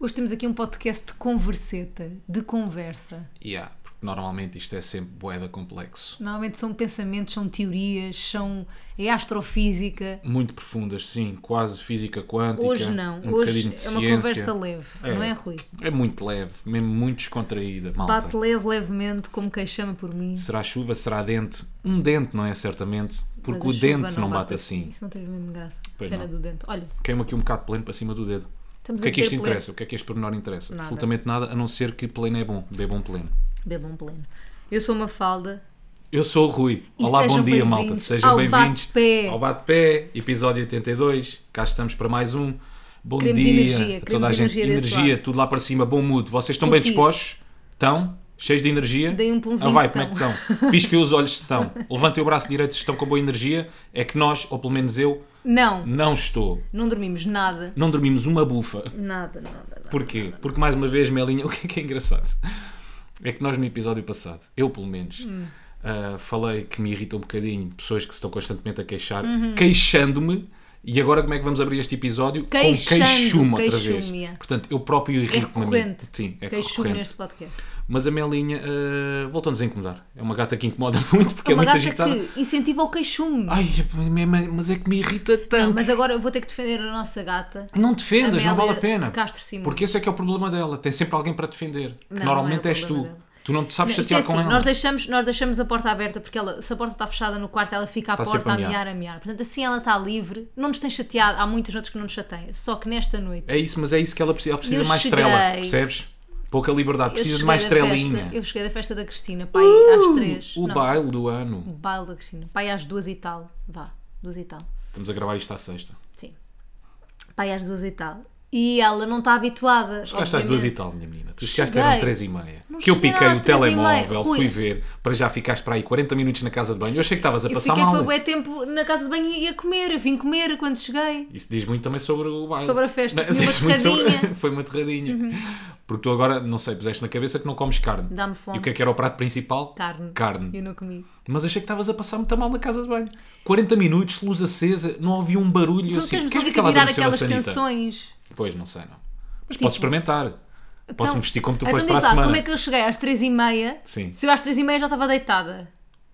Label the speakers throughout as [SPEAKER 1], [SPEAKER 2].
[SPEAKER 1] Hoje temos aqui um podcast de converseta, de conversa.
[SPEAKER 2] Yeah, porque normalmente isto é sempre boeda complexo.
[SPEAKER 1] Normalmente são pensamentos, são teorias, são é astrofísica.
[SPEAKER 2] Muito profundas, sim, quase física quântica.
[SPEAKER 1] Hoje não,
[SPEAKER 2] um
[SPEAKER 1] hoje
[SPEAKER 2] bocadinho de
[SPEAKER 1] é uma
[SPEAKER 2] ciência.
[SPEAKER 1] conversa leve, não é, Rui?
[SPEAKER 2] É muito leve, mesmo muito descontraída, malta.
[SPEAKER 1] Bate leve, levemente, como quem chama por mim.
[SPEAKER 2] Será chuva, será dente? Um dente, não é? Certamente. Porque
[SPEAKER 1] Mas
[SPEAKER 2] o
[SPEAKER 1] a chuva
[SPEAKER 2] dente não bate assim.
[SPEAKER 1] Isso não teve mesmo graça.
[SPEAKER 2] Pois
[SPEAKER 1] Cena
[SPEAKER 2] não.
[SPEAKER 1] do dente. Olha,
[SPEAKER 2] Queima aqui um bocado de pleno para cima do dedo.
[SPEAKER 1] estamos
[SPEAKER 2] O que é
[SPEAKER 1] a ter
[SPEAKER 2] que isto
[SPEAKER 1] pleno.
[SPEAKER 2] interessa? O que é que este pormenor interessa?
[SPEAKER 1] Nada.
[SPEAKER 2] Absolutamente nada, a não ser que pleno é bom. Bebam pleno.
[SPEAKER 1] Bebam um pleno. Eu sou uma falda.
[SPEAKER 2] Eu sou o Rui.
[SPEAKER 1] E
[SPEAKER 2] Olá,
[SPEAKER 1] sejam
[SPEAKER 2] bom dia,
[SPEAKER 1] bem-vindos
[SPEAKER 2] malta. Sejam
[SPEAKER 1] ao
[SPEAKER 2] bem-vindos
[SPEAKER 1] Bate-Pé.
[SPEAKER 2] ao Bate-Pé, episódio 82. Cá estamos para mais um. Bom
[SPEAKER 1] Queremos
[SPEAKER 2] dia
[SPEAKER 1] energia,
[SPEAKER 2] a toda
[SPEAKER 1] queremos
[SPEAKER 2] a gente.
[SPEAKER 1] energia desse
[SPEAKER 2] energia
[SPEAKER 1] lado.
[SPEAKER 2] tudo lá para cima, bom mood. Vocês estão bem
[SPEAKER 1] Curtir.
[SPEAKER 2] dispostos? Estão? Cheios de energia?
[SPEAKER 1] Deem um punzinho
[SPEAKER 2] Ah, vai,
[SPEAKER 1] se
[SPEAKER 2] como é que estão? Pisquem os olhos se estão. Levantem o braço direito se estão com boa energia. É que nós, ou pelo menos eu,
[SPEAKER 1] Não,
[SPEAKER 2] não estou.
[SPEAKER 1] não dormimos nada.
[SPEAKER 2] Não dormimos uma bufa.
[SPEAKER 1] Nada, nada, nada.
[SPEAKER 2] Porquê? Porque mais uma vez, Melinha, o que é que é engraçado? É que nós no episódio passado, eu pelo menos,
[SPEAKER 1] Hum.
[SPEAKER 2] ah, falei que me irrita um bocadinho pessoas que se estão constantemente a queixar,
[SPEAKER 1] Uhum.
[SPEAKER 2] queixando-me, e agora como é que vamos abrir este episódio?
[SPEAKER 1] Queixando,
[SPEAKER 2] Com queixuma outra
[SPEAKER 1] queixúmia.
[SPEAKER 2] vez. Portanto, eu próprio
[SPEAKER 1] É
[SPEAKER 2] irrito-me. a mim.
[SPEAKER 1] recorrente.
[SPEAKER 2] Sim, é
[SPEAKER 1] Queixo-me
[SPEAKER 2] recorrente.
[SPEAKER 1] neste podcast.
[SPEAKER 2] Mas a Melinha ah, voltou-nos a incomodar. É uma gata que incomoda muito
[SPEAKER 1] É
[SPEAKER 2] porque é,
[SPEAKER 1] uma
[SPEAKER 2] muito
[SPEAKER 1] gata
[SPEAKER 2] agitada.
[SPEAKER 1] que incentiva o queixume.
[SPEAKER 2] Ai, mas é que me irrita tanto.
[SPEAKER 1] Mas agora eu vou ter que defender a nossa gata.
[SPEAKER 2] Não defendas,
[SPEAKER 1] Amélia
[SPEAKER 2] não vale a pena.
[SPEAKER 1] de Castro Simões.
[SPEAKER 2] Porque esse é que é o problema dela. Tem sempre alguém para defender. Que
[SPEAKER 1] Não,
[SPEAKER 2] normalmente
[SPEAKER 1] não é o
[SPEAKER 2] és tu.
[SPEAKER 1] problema dela.
[SPEAKER 2] Tu não te sabes
[SPEAKER 1] Isto é
[SPEAKER 2] chatear com
[SPEAKER 1] assim,
[SPEAKER 2] ela.
[SPEAKER 1] nós deixamos, nós deixamos a porta aberta porque ela, se a porta está fechada no quarto, ela fica à
[SPEAKER 2] Está
[SPEAKER 1] porta
[SPEAKER 2] sempre
[SPEAKER 1] a
[SPEAKER 2] a miar.
[SPEAKER 1] miar, a miar. Portanto, assim ela está livre, não nos tem chateado. Há muitas noites que não nos chateia. Só que nesta noite,
[SPEAKER 2] É isso, mas é isso que ela precisa. Ela precisa
[SPEAKER 1] Eu
[SPEAKER 2] de mais
[SPEAKER 1] cheguei.
[SPEAKER 2] estrela, percebes? Pouca liberdade,
[SPEAKER 1] eu
[SPEAKER 2] precisa de
[SPEAKER 1] cheguei
[SPEAKER 2] mais
[SPEAKER 1] da
[SPEAKER 2] estrelinha. Uh,
[SPEAKER 1] festa, eu cheguei da festa da Cristina, pai, às três.
[SPEAKER 2] O
[SPEAKER 1] não,
[SPEAKER 2] baile do ano.
[SPEAKER 1] o baile da Cristina, pai, às duas e tal. Vá, duas e tal.
[SPEAKER 2] Estamos a gravar isto à sexta.
[SPEAKER 1] Sim. Pai, às duas e tal. E ela não está habituada.
[SPEAKER 2] Chegaste às duas e
[SPEAKER 1] obviamente.
[SPEAKER 2] tal, minha menina. Tu chegaste
[SPEAKER 1] Cheguei.
[SPEAKER 2] eram três e meia.
[SPEAKER 1] Não
[SPEAKER 2] Que eu
[SPEAKER 1] cheguei,
[SPEAKER 2] piquei
[SPEAKER 1] eram às
[SPEAKER 2] o
[SPEAKER 1] três e meia.
[SPEAKER 2] telemóvel,
[SPEAKER 1] Rui.
[SPEAKER 2] fui ver, para já ficaste para aí 40 minutos na casa de banho. Eu achei que estavas a
[SPEAKER 1] Eu
[SPEAKER 2] passar
[SPEAKER 1] fiquei foi
[SPEAKER 2] mal. né?
[SPEAKER 1] bué tempo na casa de banho e ia comer, vim comer quando cheguei.
[SPEAKER 2] Isso diz muito também sobre o baile.
[SPEAKER 1] Sobre a festa, comi uma
[SPEAKER 2] diz muito
[SPEAKER 1] torradinha. Uhum.
[SPEAKER 2] Foi uma terradinha. Porque tu agora, não sei, puseste na cabeça que não comes carne.
[SPEAKER 1] Dá-me fome.
[SPEAKER 2] E o que é que era o prato principal?
[SPEAKER 1] Carne.
[SPEAKER 2] Carne.
[SPEAKER 1] Eu não comi.
[SPEAKER 2] Mas achei que estavas a passar muito mal na casa de banho. 40 minutos, luz acesa, não havia um barulho.
[SPEAKER 1] Tu
[SPEAKER 2] eu
[SPEAKER 1] não
[SPEAKER 2] assim,
[SPEAKER 1] tens noção
[SPEAKER 2] "Queres
[SPEAKER 1] de
[SPEAKER 2] que ela
[SPEAKER 1] virar
[SPEAKER 2] adormeceu na
[SPEAKER 1] aquelas
[SPEAKER 2] sanita?"
[SPEAKER 1] tensões.
[SPEAKER 2] Pois, não sei, não. Mas posso experimentar. Posso-me vestir como tu
[SPEAKER 1] então
[SPEAKER 2] foste para a
[SPEAKER 1] diz lá,
[SPEAKER 2] semana.
[SPEAKER 1] como é que eu cheguei às três e meia?
[SPEAKER 2] Sim.
[SPEAKER 1] Se eu às três e meia já estava deitada.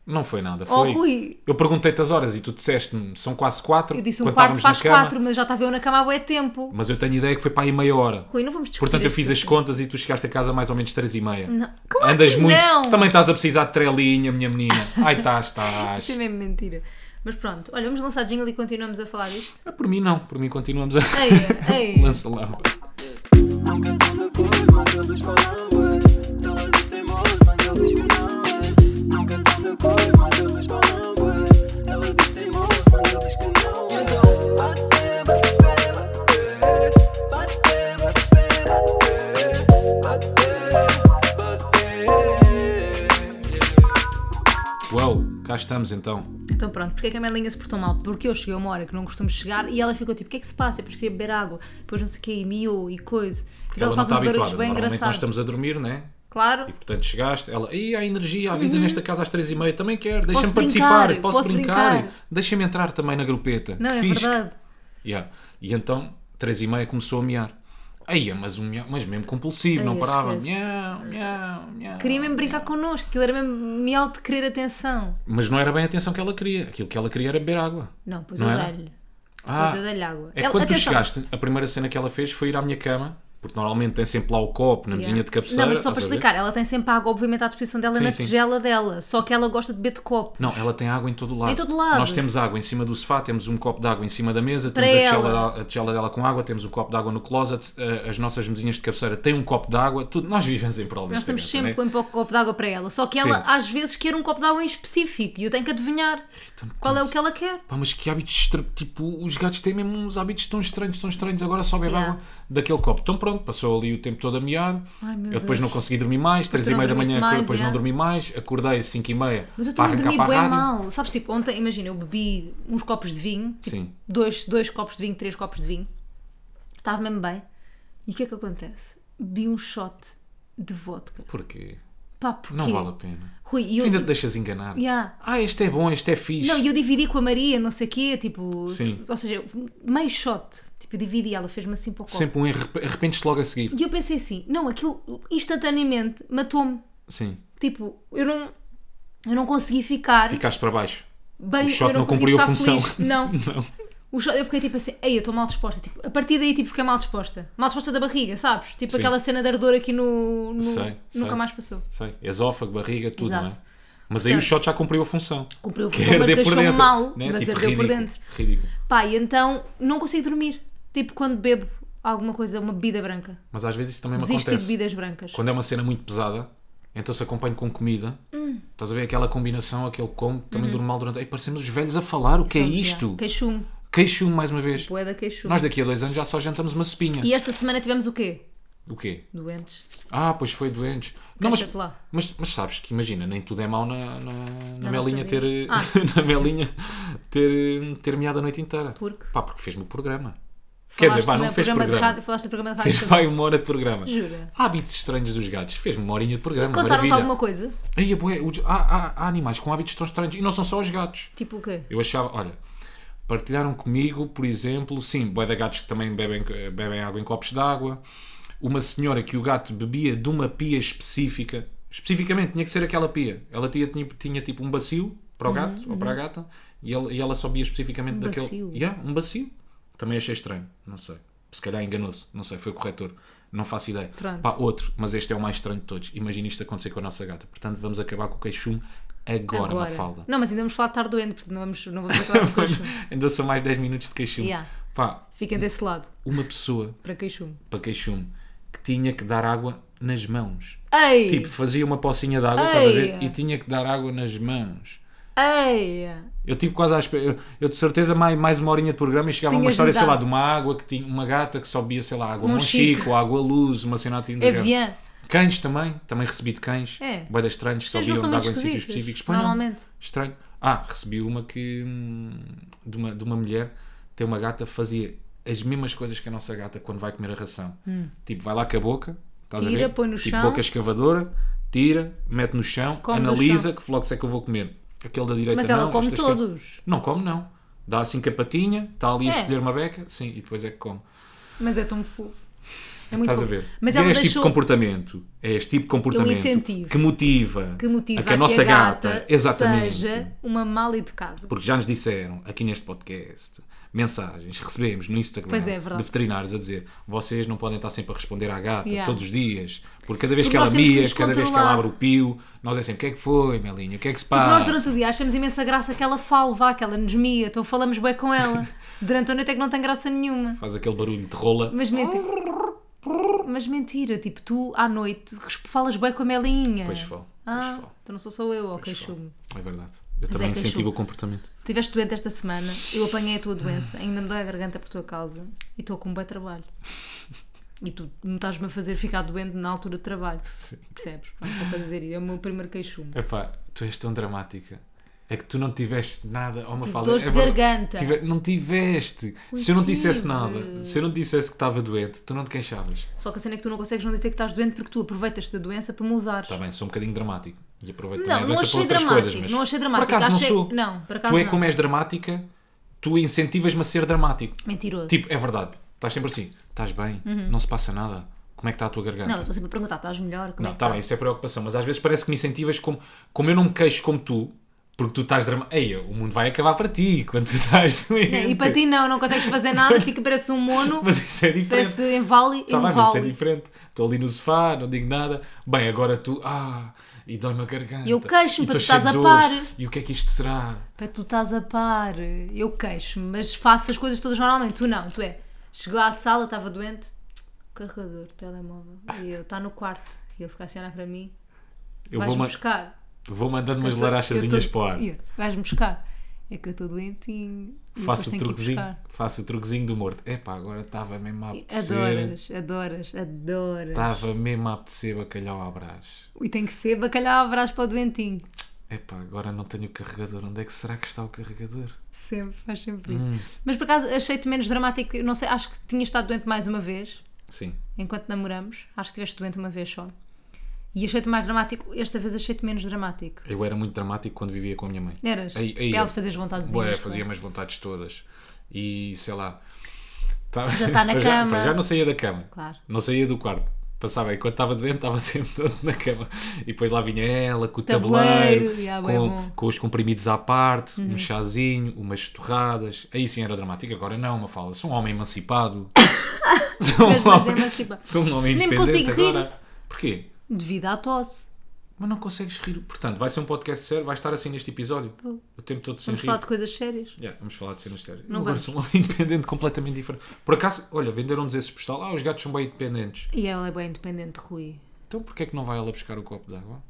[SPEAKER 2] Não foi nada,
[SPEAKER 1] Oh,
[SPEAKER 2] foi.
[SPEAKER 1] Rui.
[SPEAKER 2] Eu perguntei-te as horas e tu disseste-me, são quase 4.
[SPEAKER 1] Eu disse um quarto para as quatro, mas já estava eu na cama há bué tempo.
[SPEAKER 2] Mas eu tenho ideia que foi para aí meia hora.
[SPEAKER 1] Rui, não vamos assim. discutir
[SPEAKER 2] Portanto, eu
[SPEAKER 1] este
[SPEAKER 2] fiz as
[SPEAKER 1] assunto.
[SPEAKER 2] contas e tu chegaste a casa mais ou menos três e meia.
[SPEAKER 1] Não. Claro
[SPEAKER 2] Andas
[SPEAKER 1] que
[SPEAKER 2] muito.
[SPEAKER 1] não.
[SPEAKER 2] Também estás a precisar de trelinha, minha menina. Ai, estás, estás.
[SPEAKER 1] Isso é mesmo mentira. Mas pronto, olha, vamos lançar jingle e continuamos a falar disto.
[SPEAKER 2] Ah, Por mim, não. Por mim, continuamos a.
[SPEAKER 1] Ei, ei.
[SPEAKER 2] Lança lá.
[SPEAKER 3] Não cantam de cor, mas eles falam bué. Ela diz teimoso, mas ele diz que não é. Não cantam de cor, mas eles falam bué. Ela diz teimoso, mas ele diz que não é. Então, bate, bate, bate, bate. Bate, bate, bate, bate, bate.
[SPEAKER 2] Uau, cá estamos então.
[SPEAKER 1] Então pronto, porque é que a Melinha se portou mal? Porque eu cheguei a uma hora que não costumo chegar e ela ficou tipo, o que é que se passa? Eu depois queria beber água, depois não sei o quê, e miou e coisa. Depois
[SPEAKER 2] Ela, não está
[SPEAKER 1] barulhos
[SPEAKER 2] habituada.
[SPEAKER 1] bem
[SPEAKER 2] Normalmente nós
[SPEAKER 1] engraçados.
[SPEAKER 2] estamos a dormir, né?
[SPEAKER 1] Claro,
[SPEAKER 2] E portanto chegaste. Ela, e há energia, há vida nesta casa às três e meia. Também quero. Deixa-me
[SPEAKER 1] Uhum. Posso
[SPEAKER 2] participar.
[SPEAKER 1] brincar,
[SPEAKER 2] posso,
[SPEAKER 1] posso
[SPEAKER 2] brincar.
[SPEAKER 1] brincar.
[SPEAKER 2] Deixa-me entrar também na grupeta.
[SPEAKER 1] não,
[SPEAKER 2] que
[SPEAKER 1] é
[SPEAKER 2] fixe.
[SPEAKER 1] verdade.
[SPEAKER 2] Yeah. E então, três e meia começou a miar. Aí, mas um miau, mas mesmo compulsivo,
[SPEAKER 1] Ai,
[SPEAKER 2] não
[SPEAKER 1] eu
[SPEAKER 2] parava.
[SPEAKER 1] esqueço.
[SPEAKER 2] Miau, miau, miau.
[SPEAKER 1] Queria mesmo brincar connosco, aquilo era mesmo miau de querer atenção.
[SPEAKER 2] Mas não era bem a atenção que ela queria. Aquilo que ela queria era beber água.
[SPEAKER 1] Não, pois
[SPEAKER 2] Não
[SPEAKER 1] eu
[SPEAKER 2] era?
[SPEAKER 1] dei-lhe.
[SPEAKER 2] Ah,
[SPEAKER 1] Depois eu dei-lhe água.
[SPEAKER 2] É que
[SPEAKER 1] Ela-
[SPEAKER 2] quando tu
[SPEAKER 1] atenção.
[SPEAKER 2] chegaste, a primeira cena que ela fez foi ir à minha cama, porque normalmente tem sempre lá o copo na
[SPEAKER 1] Yeah.
[SPEAKER 2] mesinha de cabeceira.
[SPEAKER 1] Não, mas só para
[SPEAKER 2] estás a ver?
[SPEAKER 1] explicar, ela tem sempre água, obviamente, à disposição dela
[SPEAKER 2] Sim, Hum,
[SPEAKER 1] na
[SPEAKER 2] sim.
[SPEAKER 1] tigela dela, só que ela gosta de beber de copo.
[SPEAKER 2] Não, ela tem água em todo o lado.
[SPEAKER 1] Em todo lado.
[SPEAKER 2] Nós temos água em cima do sofá, temos um copo de água em cima da mesa,
[SPEAKER 1] Para
[SPEAKER 2] temos a tigela,
[SPEAKER 1] ela.
[SPEAKER 2] da- a tigela dela com água, temos o copo de água no closet, eh, as nossas mesinhas de cabeceira têm um copo de água, tudo. Nós vivemos em prol
[SPEAKER 1] Nós
[SPEAKER 2] desta
[SPEAKER 1] estamos
[SPEAKER 2] gata,
[SPEAKER 1] sempre
[SPEAKER 2] né?
[SPEAKER 1] com um pouco de copo de água para ela, só que ela
[SPEAKER 2] Sim.
[SPEAKER 1] às vezes quer um copo de água em específico e eu tenho que adivinhar qual é o que ela quer.
[SPEAKER 2] Pá, mas que hábitos estranhos. Tipo, os gatos têm mesmo uns hábitos tão estranhos, tão estranhos. Agora só bebe
[SPEAKER 1] Yeah.
[SPEAKER 2] água daquele copo. Então pronto, passou ali o tempo todo a miar.
[SPEAKER 1] Ai, meu
[SPEAKER 2] eu depois
[SPEAKER 1] Deus.
[SPEAKER 2] não consegui dormir mais. Três
[SPEAKER 1] tu
[SPEAKER 2] e
[SPEAKER 1] não
[SPEAKER 2] meia da
[SPEAKER 1] dormiste
[SPEAKER 2] manhã,
[SPEAKER 1] mais,
[SPEAKER 2] depois
[SPEAKER 1] yeah.
[SPEAKER 2] não dormi mais. Acordei às cinco e meia
[SPEAKER 1] Mas eu
[SPEAKER 2] para
[SPEAKER 1] também
[SPEAKER 2] arrancar
[SPEAKER 1] dormi
[SPEAKER 2] para a
[SPEAKER 1] bem
[SPEAKER 2] rádio.
[SPEAKER 1] mal. Sabes, tipo, ontem, imagina, eu bebi uns copos de vinho, tipo,
[SPEAKER 2] Sim.
[SPEAKER 1] dois, dois copos de vinho, três copos de vinho, estava mesmo bem. E o que é que acontece? Bebi um shot de vodka.
[SPEAKER 2] Porquê?
[SPEAKER 1] Pá, porquê?
[SPEAKER 2] Não vale a pena.
[SPEAKER 1] Rui, e
[SPEAKER 2] Tu
[SPEAKER 1] eu,
[SPEAKER 2] ainda te deixas enganar.
[SPEAKER 1] Yeah.
[SPEAKER 2] Ah, este é bom, este é fixe.
[SPEAKER 1] Não, e eu dividi com a Maria, não sei o quê, tipo...
[SPEAKER 2] Sim.
[SPEAKER 1] Ou seja, meio shot. Tipo, eu dividi, ela fez-me assim pouco.
[SPEAKER 2] Sempre um arrep- arrependes-te logo a seguir.
[SPEAKER 1] E eu pensei assim, não, aquilo instantaneamente matou-me.
[SPEAKER 2] Sim.
[SPEAKER 1] Tipo, eu não, eu não consegui ficar
[SPEAKER 2] Ficaste para baixo.
[SPEAKER 1] bem.
[SPEAKER 2] o shot
[SPEAKER 1] eu não,
[SPEAKER 2] não
[SPEAKER 1] consegui
[SPEAKER 2] cumpriu a
[SPEAKER 1] ficar
[SPEAKER 2] função.
[SPEAKER 1] Feliz. Não.
[SPEAKER 2] Não.
[SPEAKER 1] O shot, eu fiquei tipo assim, ei, eu estou mal disposta. Tipo, a partir daí tipo, fiquei mal disposta. Mal disposta da barriga, sabes? Tipo
[SPEAKER 2] Sim.
[SPEAKER 1] aquela cena de ardor aqui no. no-
[SPEAKER 2] Sei,
[SPEAKER 1] nunca
[SPEAKER 2] sei.
[SPEAKER 1] mais passou.
[SPEAKER 2] Sei. Esófago, barriga, tudo,
[SPEAKER 1] Exato.
[SPEAKER 2] não é? Mas aí o
[SPEAKER 1] Portanto,
[SPEAKER 2] shot já cumpriu a função.
[SPEAKER 1] Cumpriu a
[SPEAKER 2] Que é
[SPEAKER 1] função, mas
[SPEAKER 2] arder por
[SPEAKER 1] deixou-me
[SPEAKER 2] dentro,
[SPEAKER 1] mal,
[SPEAKER 2] né?
[SPEAKER 1] mas
[SPEAKER 2] Tipo,
[SPEAKER 1] ardeu por
[SPEAKER 2] ridículo,
[SPEAKER 1] dentro.
[SPEAKER 2] Ridículo.
[SPEAKER 1] Pá, e então não consigo dormir. Tipo, quando bebo alguma coisa, uma bebida branca.
[SPEAKER 2] Mas às vezes isso também me
[SPEAKER 1] Desisto de
[SPEAKER 2] acontece.
[SPEAKER 1] bebidas brancas.
[SPEAKER 2] Quando é uma cena muito pesada, então se acompanho com comida,
[SPEAKER 1] Hum.
[SPEAKER 2] estás a ver aquela combinação, aquele combo, também durmo mal durante. Ei, parecemos os velhos a falar, o que é
[SPEAKER 1] Sabes,
[SPEAKER 2] isto?
[SPEAKER 1] Uhum. já. Queixume.
[SPEAKER 2] Queixo mais uma vez.
[SPEAKER 1] Poeda queixume.
[SPEAKER 2] Nós daqui a dois anos já só jantamos uma sopinha.
[SPEAKER 1] E esta semana tivemos o quê?
[SPEAKER 2] O quê?
[SPEAKER 1] Doentes.
[SPEAKER 2] Ah, pois foi doentes. mas,
[SPEAKER 1] Deixa-te lá.
[SPEAKER 2] mas, mas sabes que imagina, nem tudo é mau na, na, na
[SPEAKER 1] Na
[SPEAKER 2] melinha
[SPEAKER 1] nossa
[SPEAKER 2] ter.
[SPEAKER 1] vida. Ah.
[SPEAKER 2] na melinha ter, ter meado a noite inteira.
[SPEAKER 1] Porque?
[SPEAKER 2] Pá, porque fez-me o programa. Quer dizer,
[SPEAKER 1] Falaste
[SPEAKER 2] vá, não
[SPEAKER 1] no
[SPEAKER 2] fez
[SPEAKER 1] programa de
[SPEAKER 2] programa.
[SPEAKER 1] rádio- falaste no programa de rádio.
[SPEAKER 2] Fez vai uma hora de programa.
[SPEAKER 1] Jura?
[SPEAKER 2] Hábitos estranhos dos gatos. Fez-me uma horinha de programa.
[SPEAKER 1] Contaram-te
[SPEAKER 2] maravilha.
[SPEAKER 1] alguma coisa?
[SPEAKER 2] Ai, a é bué, os- há, há- há animais com hábitos tão estranhos e não são só os gatos.
[SPEAKER 1] Tipo o quê?
[SPEAKER 2] Eu achava, olha, partilharam comigo, por exemplo, sim, bué de gatos que também bebem, bebem água em copos de água. Uma senhora que o gato bebia de uma pia específica, especificamente tinha que ser aquela pia. Ela tinha, tinha, tinha, tipo um bacio para o gato ou para a gata e, ele- e ela só bebia especificamente
[SPEAKER 1] Uhum, Um
[SPEAKER 2] daquele.
[SPEAKER 1] bacio?
[SPEAKER 2] Yeah, um bacio. Também achei estranho, não sei. Se calhar enganou-se, não sei, foi o corretor. Não faço ideia.
[SPEAKER 1] Pronto.
[SPEAKER 2] Pá, outro, mas este é o mais estranho de todos. Imagina isto acontecer com a nossa gata. Portanto, vamos acabar com o queixume agora, agora. Mafalda.
[SPEAKER 1] Não, mas ainda vamos falar de estar doente, porque não vamos, não vamos acabar com queixume.
[SPEAKER 2] Ainda são mais 10 minutos de queixume.
[SPEAKER 1] Yeah.
[SPEAKER 2] Pá,
[SPEAKER 1] Fiquem desse lado,
[SPEAKER 2] uma pessoa
[SPEAKER 1] para queixume.
[SPEAKER 2] para queixume que tinha que dar água nas mãos.
[SPEAKER 1] Ei!
[SPEAKER 2] Tipo, fazia uma pocinha de água, estás a ver?
[SPEAKER 1] Ei.
[SPEAKER 2] E tinha que dar água nas mãos.
[SPEAKER 1] Ei! é
[SPEAKER 2] Eu tive quase à espera. Eu, eu de certeza mais, mais uma horinha de programa e chegava a uma
[SPEAKER 1] Tinhas
[SPEAKER 2] história, sei lá,
[SPEAKER 1] mudado.
[SPEAKER 2] de uma água que tinha uma gata que só bebia, sei lá, água
[SPEAKER 1] Um
[SPEAKER 2] monchico,
[SPEAKER 1] chico.
[SPEAKER 2] água luz, uma cena assim do género.
[SPEAKER 1] Aviã.
[SPEAKER 2] Cães também, também recebi de cães.
[SPEAKER 1] É.
[SPEAKER 2] Boedas estranhos, só
[SPEAKER 1] Vocês não
[SPEAKER 2] viam de
[SPEAKER 1] são
[SPEAKER 2] água
[SPEAKER 1] muito
[SPEAKER 2] em
[SPEAKER 1] esquisitos,
[SPEAKER 2] sítios específicos. Pois não.
[SPEAKER 1] normalmente.
[SPEAKER 2] Estranho. Ah, recebi uma que. hum, de uma, de uma mulher, tem uma gata, fazia as mesmas coisas que a nossa gata quando vai comer a ração. Tipo, vai lá com a boca, estás a
[SPEAKER 1] Hum. Tira,
[SPEAKER 2] ver?
[SPEAKER 1] põe no
[SPEAKER 2] tipo,
[SPEAKER 1] chão.
[SPEAKER 2] boca escavadora, tira, mete no chão,
[SPEAKER 1] Come do
[SPEAKER 2] analisa que flocos é que eu vou comer. Aquele da direita
[SPEAKER 1] Mas
[SPEAKER 2] não.
[SPEAKER 1] ela come
[SPEAKER 2] este é esquerdo.
[SPEAKER 1] todos.
[SPEAKER 2] Não come, não. Dá assim com a patinha, está ali a
[SPEAKER 1] É.
[SPEAKER 2] escolher uma beca, sim, e depois é que come.
[SPEAKER 1] Mas é tão fofo. É muito
[SPEAKER 2] Estás a
[SPEAKER 1] fofo.
[SPEAKER 2] ver?
[SPEAKER 1] Mas
[SPEAKER 2] E
[SPEAKER 1] ela
[SPEAKER 2] é este tipo
[SPEAKER 1] deixou. um
[SPEAKER 2] de comportamento. É este tipo de comportamento
[SPEAKER 1] incentivo.
[SPEAKER 2] que motiva,
[SPEAKER 1] Que motiva
[SPEAKER 2] a que a nossa gata,
[SPEAKER 1] gata
[SPEAKER 2] exatamente.
[SPEAKER 1] seja uma mal educada.
[SPEAKER 2] Porque já nos disseram aqui neste podcast mensagens recebemos no Instagram
[SPEAKER 1] Pois é, é verdade.
[SPEAKER 2] de veterinários a dizer vocês não podem estar sempre a responder à gata
[SPEAKER 1] Yeah.
[SPEAKER 2] todos os dias, porque cada vez
[SPEAKER 1] Porque
[SPEAKER 2] que ela
[SPEAKER 1] nós temos que
[SPEAKER 2] mia,
[SPEAKER 1] nos
[SPEAKER 2] cada vez que ela
[SPEAKER 1] controlar.
[SPEAKER 2] abre o pio, nós é sempre o que é que foi, Melinha, o que é que se
[SPEAKER 1] Porque
[SPEAKER 2] passa?
[SPEAKER 1] nós durante o dia achamos imensa graça que ela fale, vá, que ela nos mia, então falamos bem com ela. Durante a noite é que não tem graça nenhuma.
[SPEAKER 2] Faz aquele barulho de rola.
[SPEAKER 1] Mas mentira. Mas mentira, tipo, tu à noite resp- falas bem com a Melinha.
[SPEAKER 2] Pois falo, pois
[SPEAKER 1] Ah,
[SPEAKER 2] falo,
[SPEAKER 1] então não sou só eu, ok,
[SPEAKER 2] pois falo.
[SPEAKER 1] chume.
[SPEAKER 2] É verdade. Eu também
[SPEAKER 1] é que é
[SPEAKER 2] incentivo
[SPEAKER 1] chulo.
[SPEAKER 2] o comportamento.
[SPEAKER 1] Estiveste doente esta semana, eu apanhei a tua doença, ainda me dói a garganta por tua causa e estou com um bom trabalho. E tu me estás-me a fazer ficar doente na altura de trabalho.
[SPEAKER 2] Sim.
[SPEAKER 1] Percebes? Pronto, só para dizer, é o meu primeiro queixume.
[SPEAKER 2] Epá, tu és tão dramática. É que tu não tiveste nada. Oh, uma
[SPEAKER 1] Tive
[SPEAKER 2] falda.
[SPEAKER 1] dores
[SPEAKER 2] é
[SPEAKER 1] de
[SPEAKER 2] verdade.
[SPEAKER 1] garganta.
[SPEAKER 2] Tive- Não tiveste.
[SPEAKER 1] Pois
[SPEAKER 2] se eu não dissesse
[SPEAKER 1] tive.
[SPEAKER 2] nada, se eu não dissesse que estava doente, tu não te queixavas.
[SPEAKER 1] Só que a cena é que tu não consegues não dizer que estás doente porque tu aproveitas da doença para me usares.
[SPEAKER 2] Está bem, sou um bocadinho dramático. E aproveito
[SPEAKER 1] Não,
[SPEAKER 2] também a
[SPEAKER 1] não
[SPEAKER 2] doença
[SPEAKER 1] achei
[SPEAKER 2] para outras
[SPEAKER 1] dramático,
[SPEAKER 2] coisas. Mas...
[SPEAKER 1] não achei dramático,
[SPEAKER 2] Por acaso
[SPEAKER 1] achei-
[SPEAKER 2] não sou.
[SPEAKER 1] não, por acaso
[SPEAKER 2] tu é
[SPEAKER 1] não.
[SPEAKER 2] como és dramática, tu incentivas-me a ser dramático.
[SPEAKER 1] Mentiroso.
[SPEAKER 2] Tipo, é verdade. Estás sempre assim. Estás bem, não se passa nada. Como é que está a tua garganta?
[SPEAKER 1] Uhum. não, eu estou sempre a perguntar, estás melhor? Como
[SPEAKER 2] Não,
[SPEAKER 1] é que
[SPEAKER 2] está bem, isso é preocupação, mas às vezes parece que me incentivas como, como eu não me queixo como tu, porque tu estás dramático. Ei, o mundo vai acabar para ti quando tu estás doente.
[SPEAKER 1] Não, e para ti não, não consegues fazer nada, fica parece um mono,
[SPEAKER 2] é Mas isso é diferente.
[SPEAKER 1] parece em vale,
[SPEAKER 2] Está bem,
[SPEAKER 1] em
[SPEAKER 2] mas isso é
[SPEAKER 1] vale.
[SPEAKER 2] diferente. Estou ali no sofá, não digo nada. Bem, agora tu, ah, e dói-me a garganta.
[SPEAKER 1] Eu queixo-me
[SPEAKER 2] e
[SPEAKER 1] para
[SPEAKER 2] estou
[SPEAKER 1] tu estás
[SPEAKER 2] cheio de
[SPEAKER 1] a
[SPEAKER 2] dores.
[SPEAKER 1] par.
[SPEAKER 2] E o que é que isto será?
[SPEAKER 1] Para tu estás a par, eu queixo-me, mas faço as coisas todas normalmente. Tu não, tu é. Chegou à sala, estava doente, carregador, telemóvel, e eu, está no quarto. E ele fica a acionar para mim,
[SPEAKER 2] Eu vou,
[SPEAKER 1] vais-me
[SPEAKER 2] ma-
[SPEAKER 1] buscar.
[SPEAKER 2] vou mandando umas
[SPEAKER 1] Eu tô-
[SPEAKER 2] larachazinhas
[SPEAKER 1] eu tô-
[SPEAKER 2] para o ar.
[SPEAKER 1] eu, Vais-me buscar. É que eu estou doentinho. e depois
[SPEAKER 2] Faço o
[SPEAKER 1] tenho que ir
[SPEAKER 2] truquezinho,
[SPEAKER 1] buscar.
[SPEAKER 2] faço o truquezinho do morto. Epá, agora estava mesmo a apetecer.
[SPEAKER 1] Adoras, adoras, adoras.
[SPEAKER 2] Estava mesmo a apetecer bacalhau à brás.
[SPEAKER 1] E tem que ser bacalhau à brás para o doentinho.
[SPEAKER 2] Epá, agora não tenho o carregador. Onde é que será que está o carregador?
[SPEAKER 1] Sempre, faz sempre isso.
[SPEAKER 2] Hum.
[SPEAKER 1] Mas por acaso achei-te menos dramático. Não sei, acho que tinha estado doente mais uma vez,
[SPEAKER 2] Sim.
[SPEAKER 1] enquanto namoramos. Acho que estiveste doente uma vez só. E achei-te mais dramático, esta vez achei-te menos dramático.
[SPEAKER 2] Eu era muito dramático quando vivia com a minha mãe.
[SPEAKER 1] Eras?
[SPEAKER 2] Aí- aí
[SPEAKER 1] Para ela
[SPEAKER 2] eu-
[SPEAKER 1] te fazer as vontadezinhas.
[SPEAKER 2] Ué,
[SPEAKER 1] claro.
[SPEAKER 2] fazia umas vontades todas. E sei lá. tava-
[SPEAKER 1] Já tá na
[SPEAKER 2] para Já,
[SPEAKER 1] cama.
[SPEAKER 2] para já não saía da cama.
[SPEAKER 1] é? Claro.
[SPEAKER 2] Não saía do quarto. Passava, enquanto estava doente, estava sempre todo na cama. E depois lá vinha ela com o tabuleiro,
[SPEAKER 1] Tabuleiro, já, bué bom. Uhum.
[SPEAKER 2] com, com os comprimidos à parte, um chazinho, umas torradas. Aí sim era dramático. Agora não, uma fala. Sou um homem emancipado. sou, um
[SPEAKER 1] Mas, mas é emancipa.
[SPEAKER 2] sou um homem
[SPEAKER 1] Nem me
[SPEAKER 2] independente
[SPEAKER 1] consigo rir.
[SPEAKER 2] agora. Porquê?
[SPEAKER 1] Devido à tosse.
[SPEAKER 2] Mas não consegues rir. Portanto, vai ser um podcast sério, vai estar assim neste episódio. O tempo todo sem
[SPEAKER 1] Vamos
[SPEAKER 2] rir.
[SPEAKER 1] falar de coisas sérias.
[SPEAKER 2] Yeah, vamos falar de cenas sérias.
[SPEAKER 1] Não
[SPEAKER 2] Não Agora
[SPEAKER 1] vamos.
[SPEAKER 2] são um independente completamente diferente. Por acaso, olha, venderam-nos esse postal. Ah, os gatos são bem independentes.
[SPEAKER 1] E ela é bem independente, Rui.
[SPEAKER 2] Então porquê é que não vai ela buscar o copo d'água?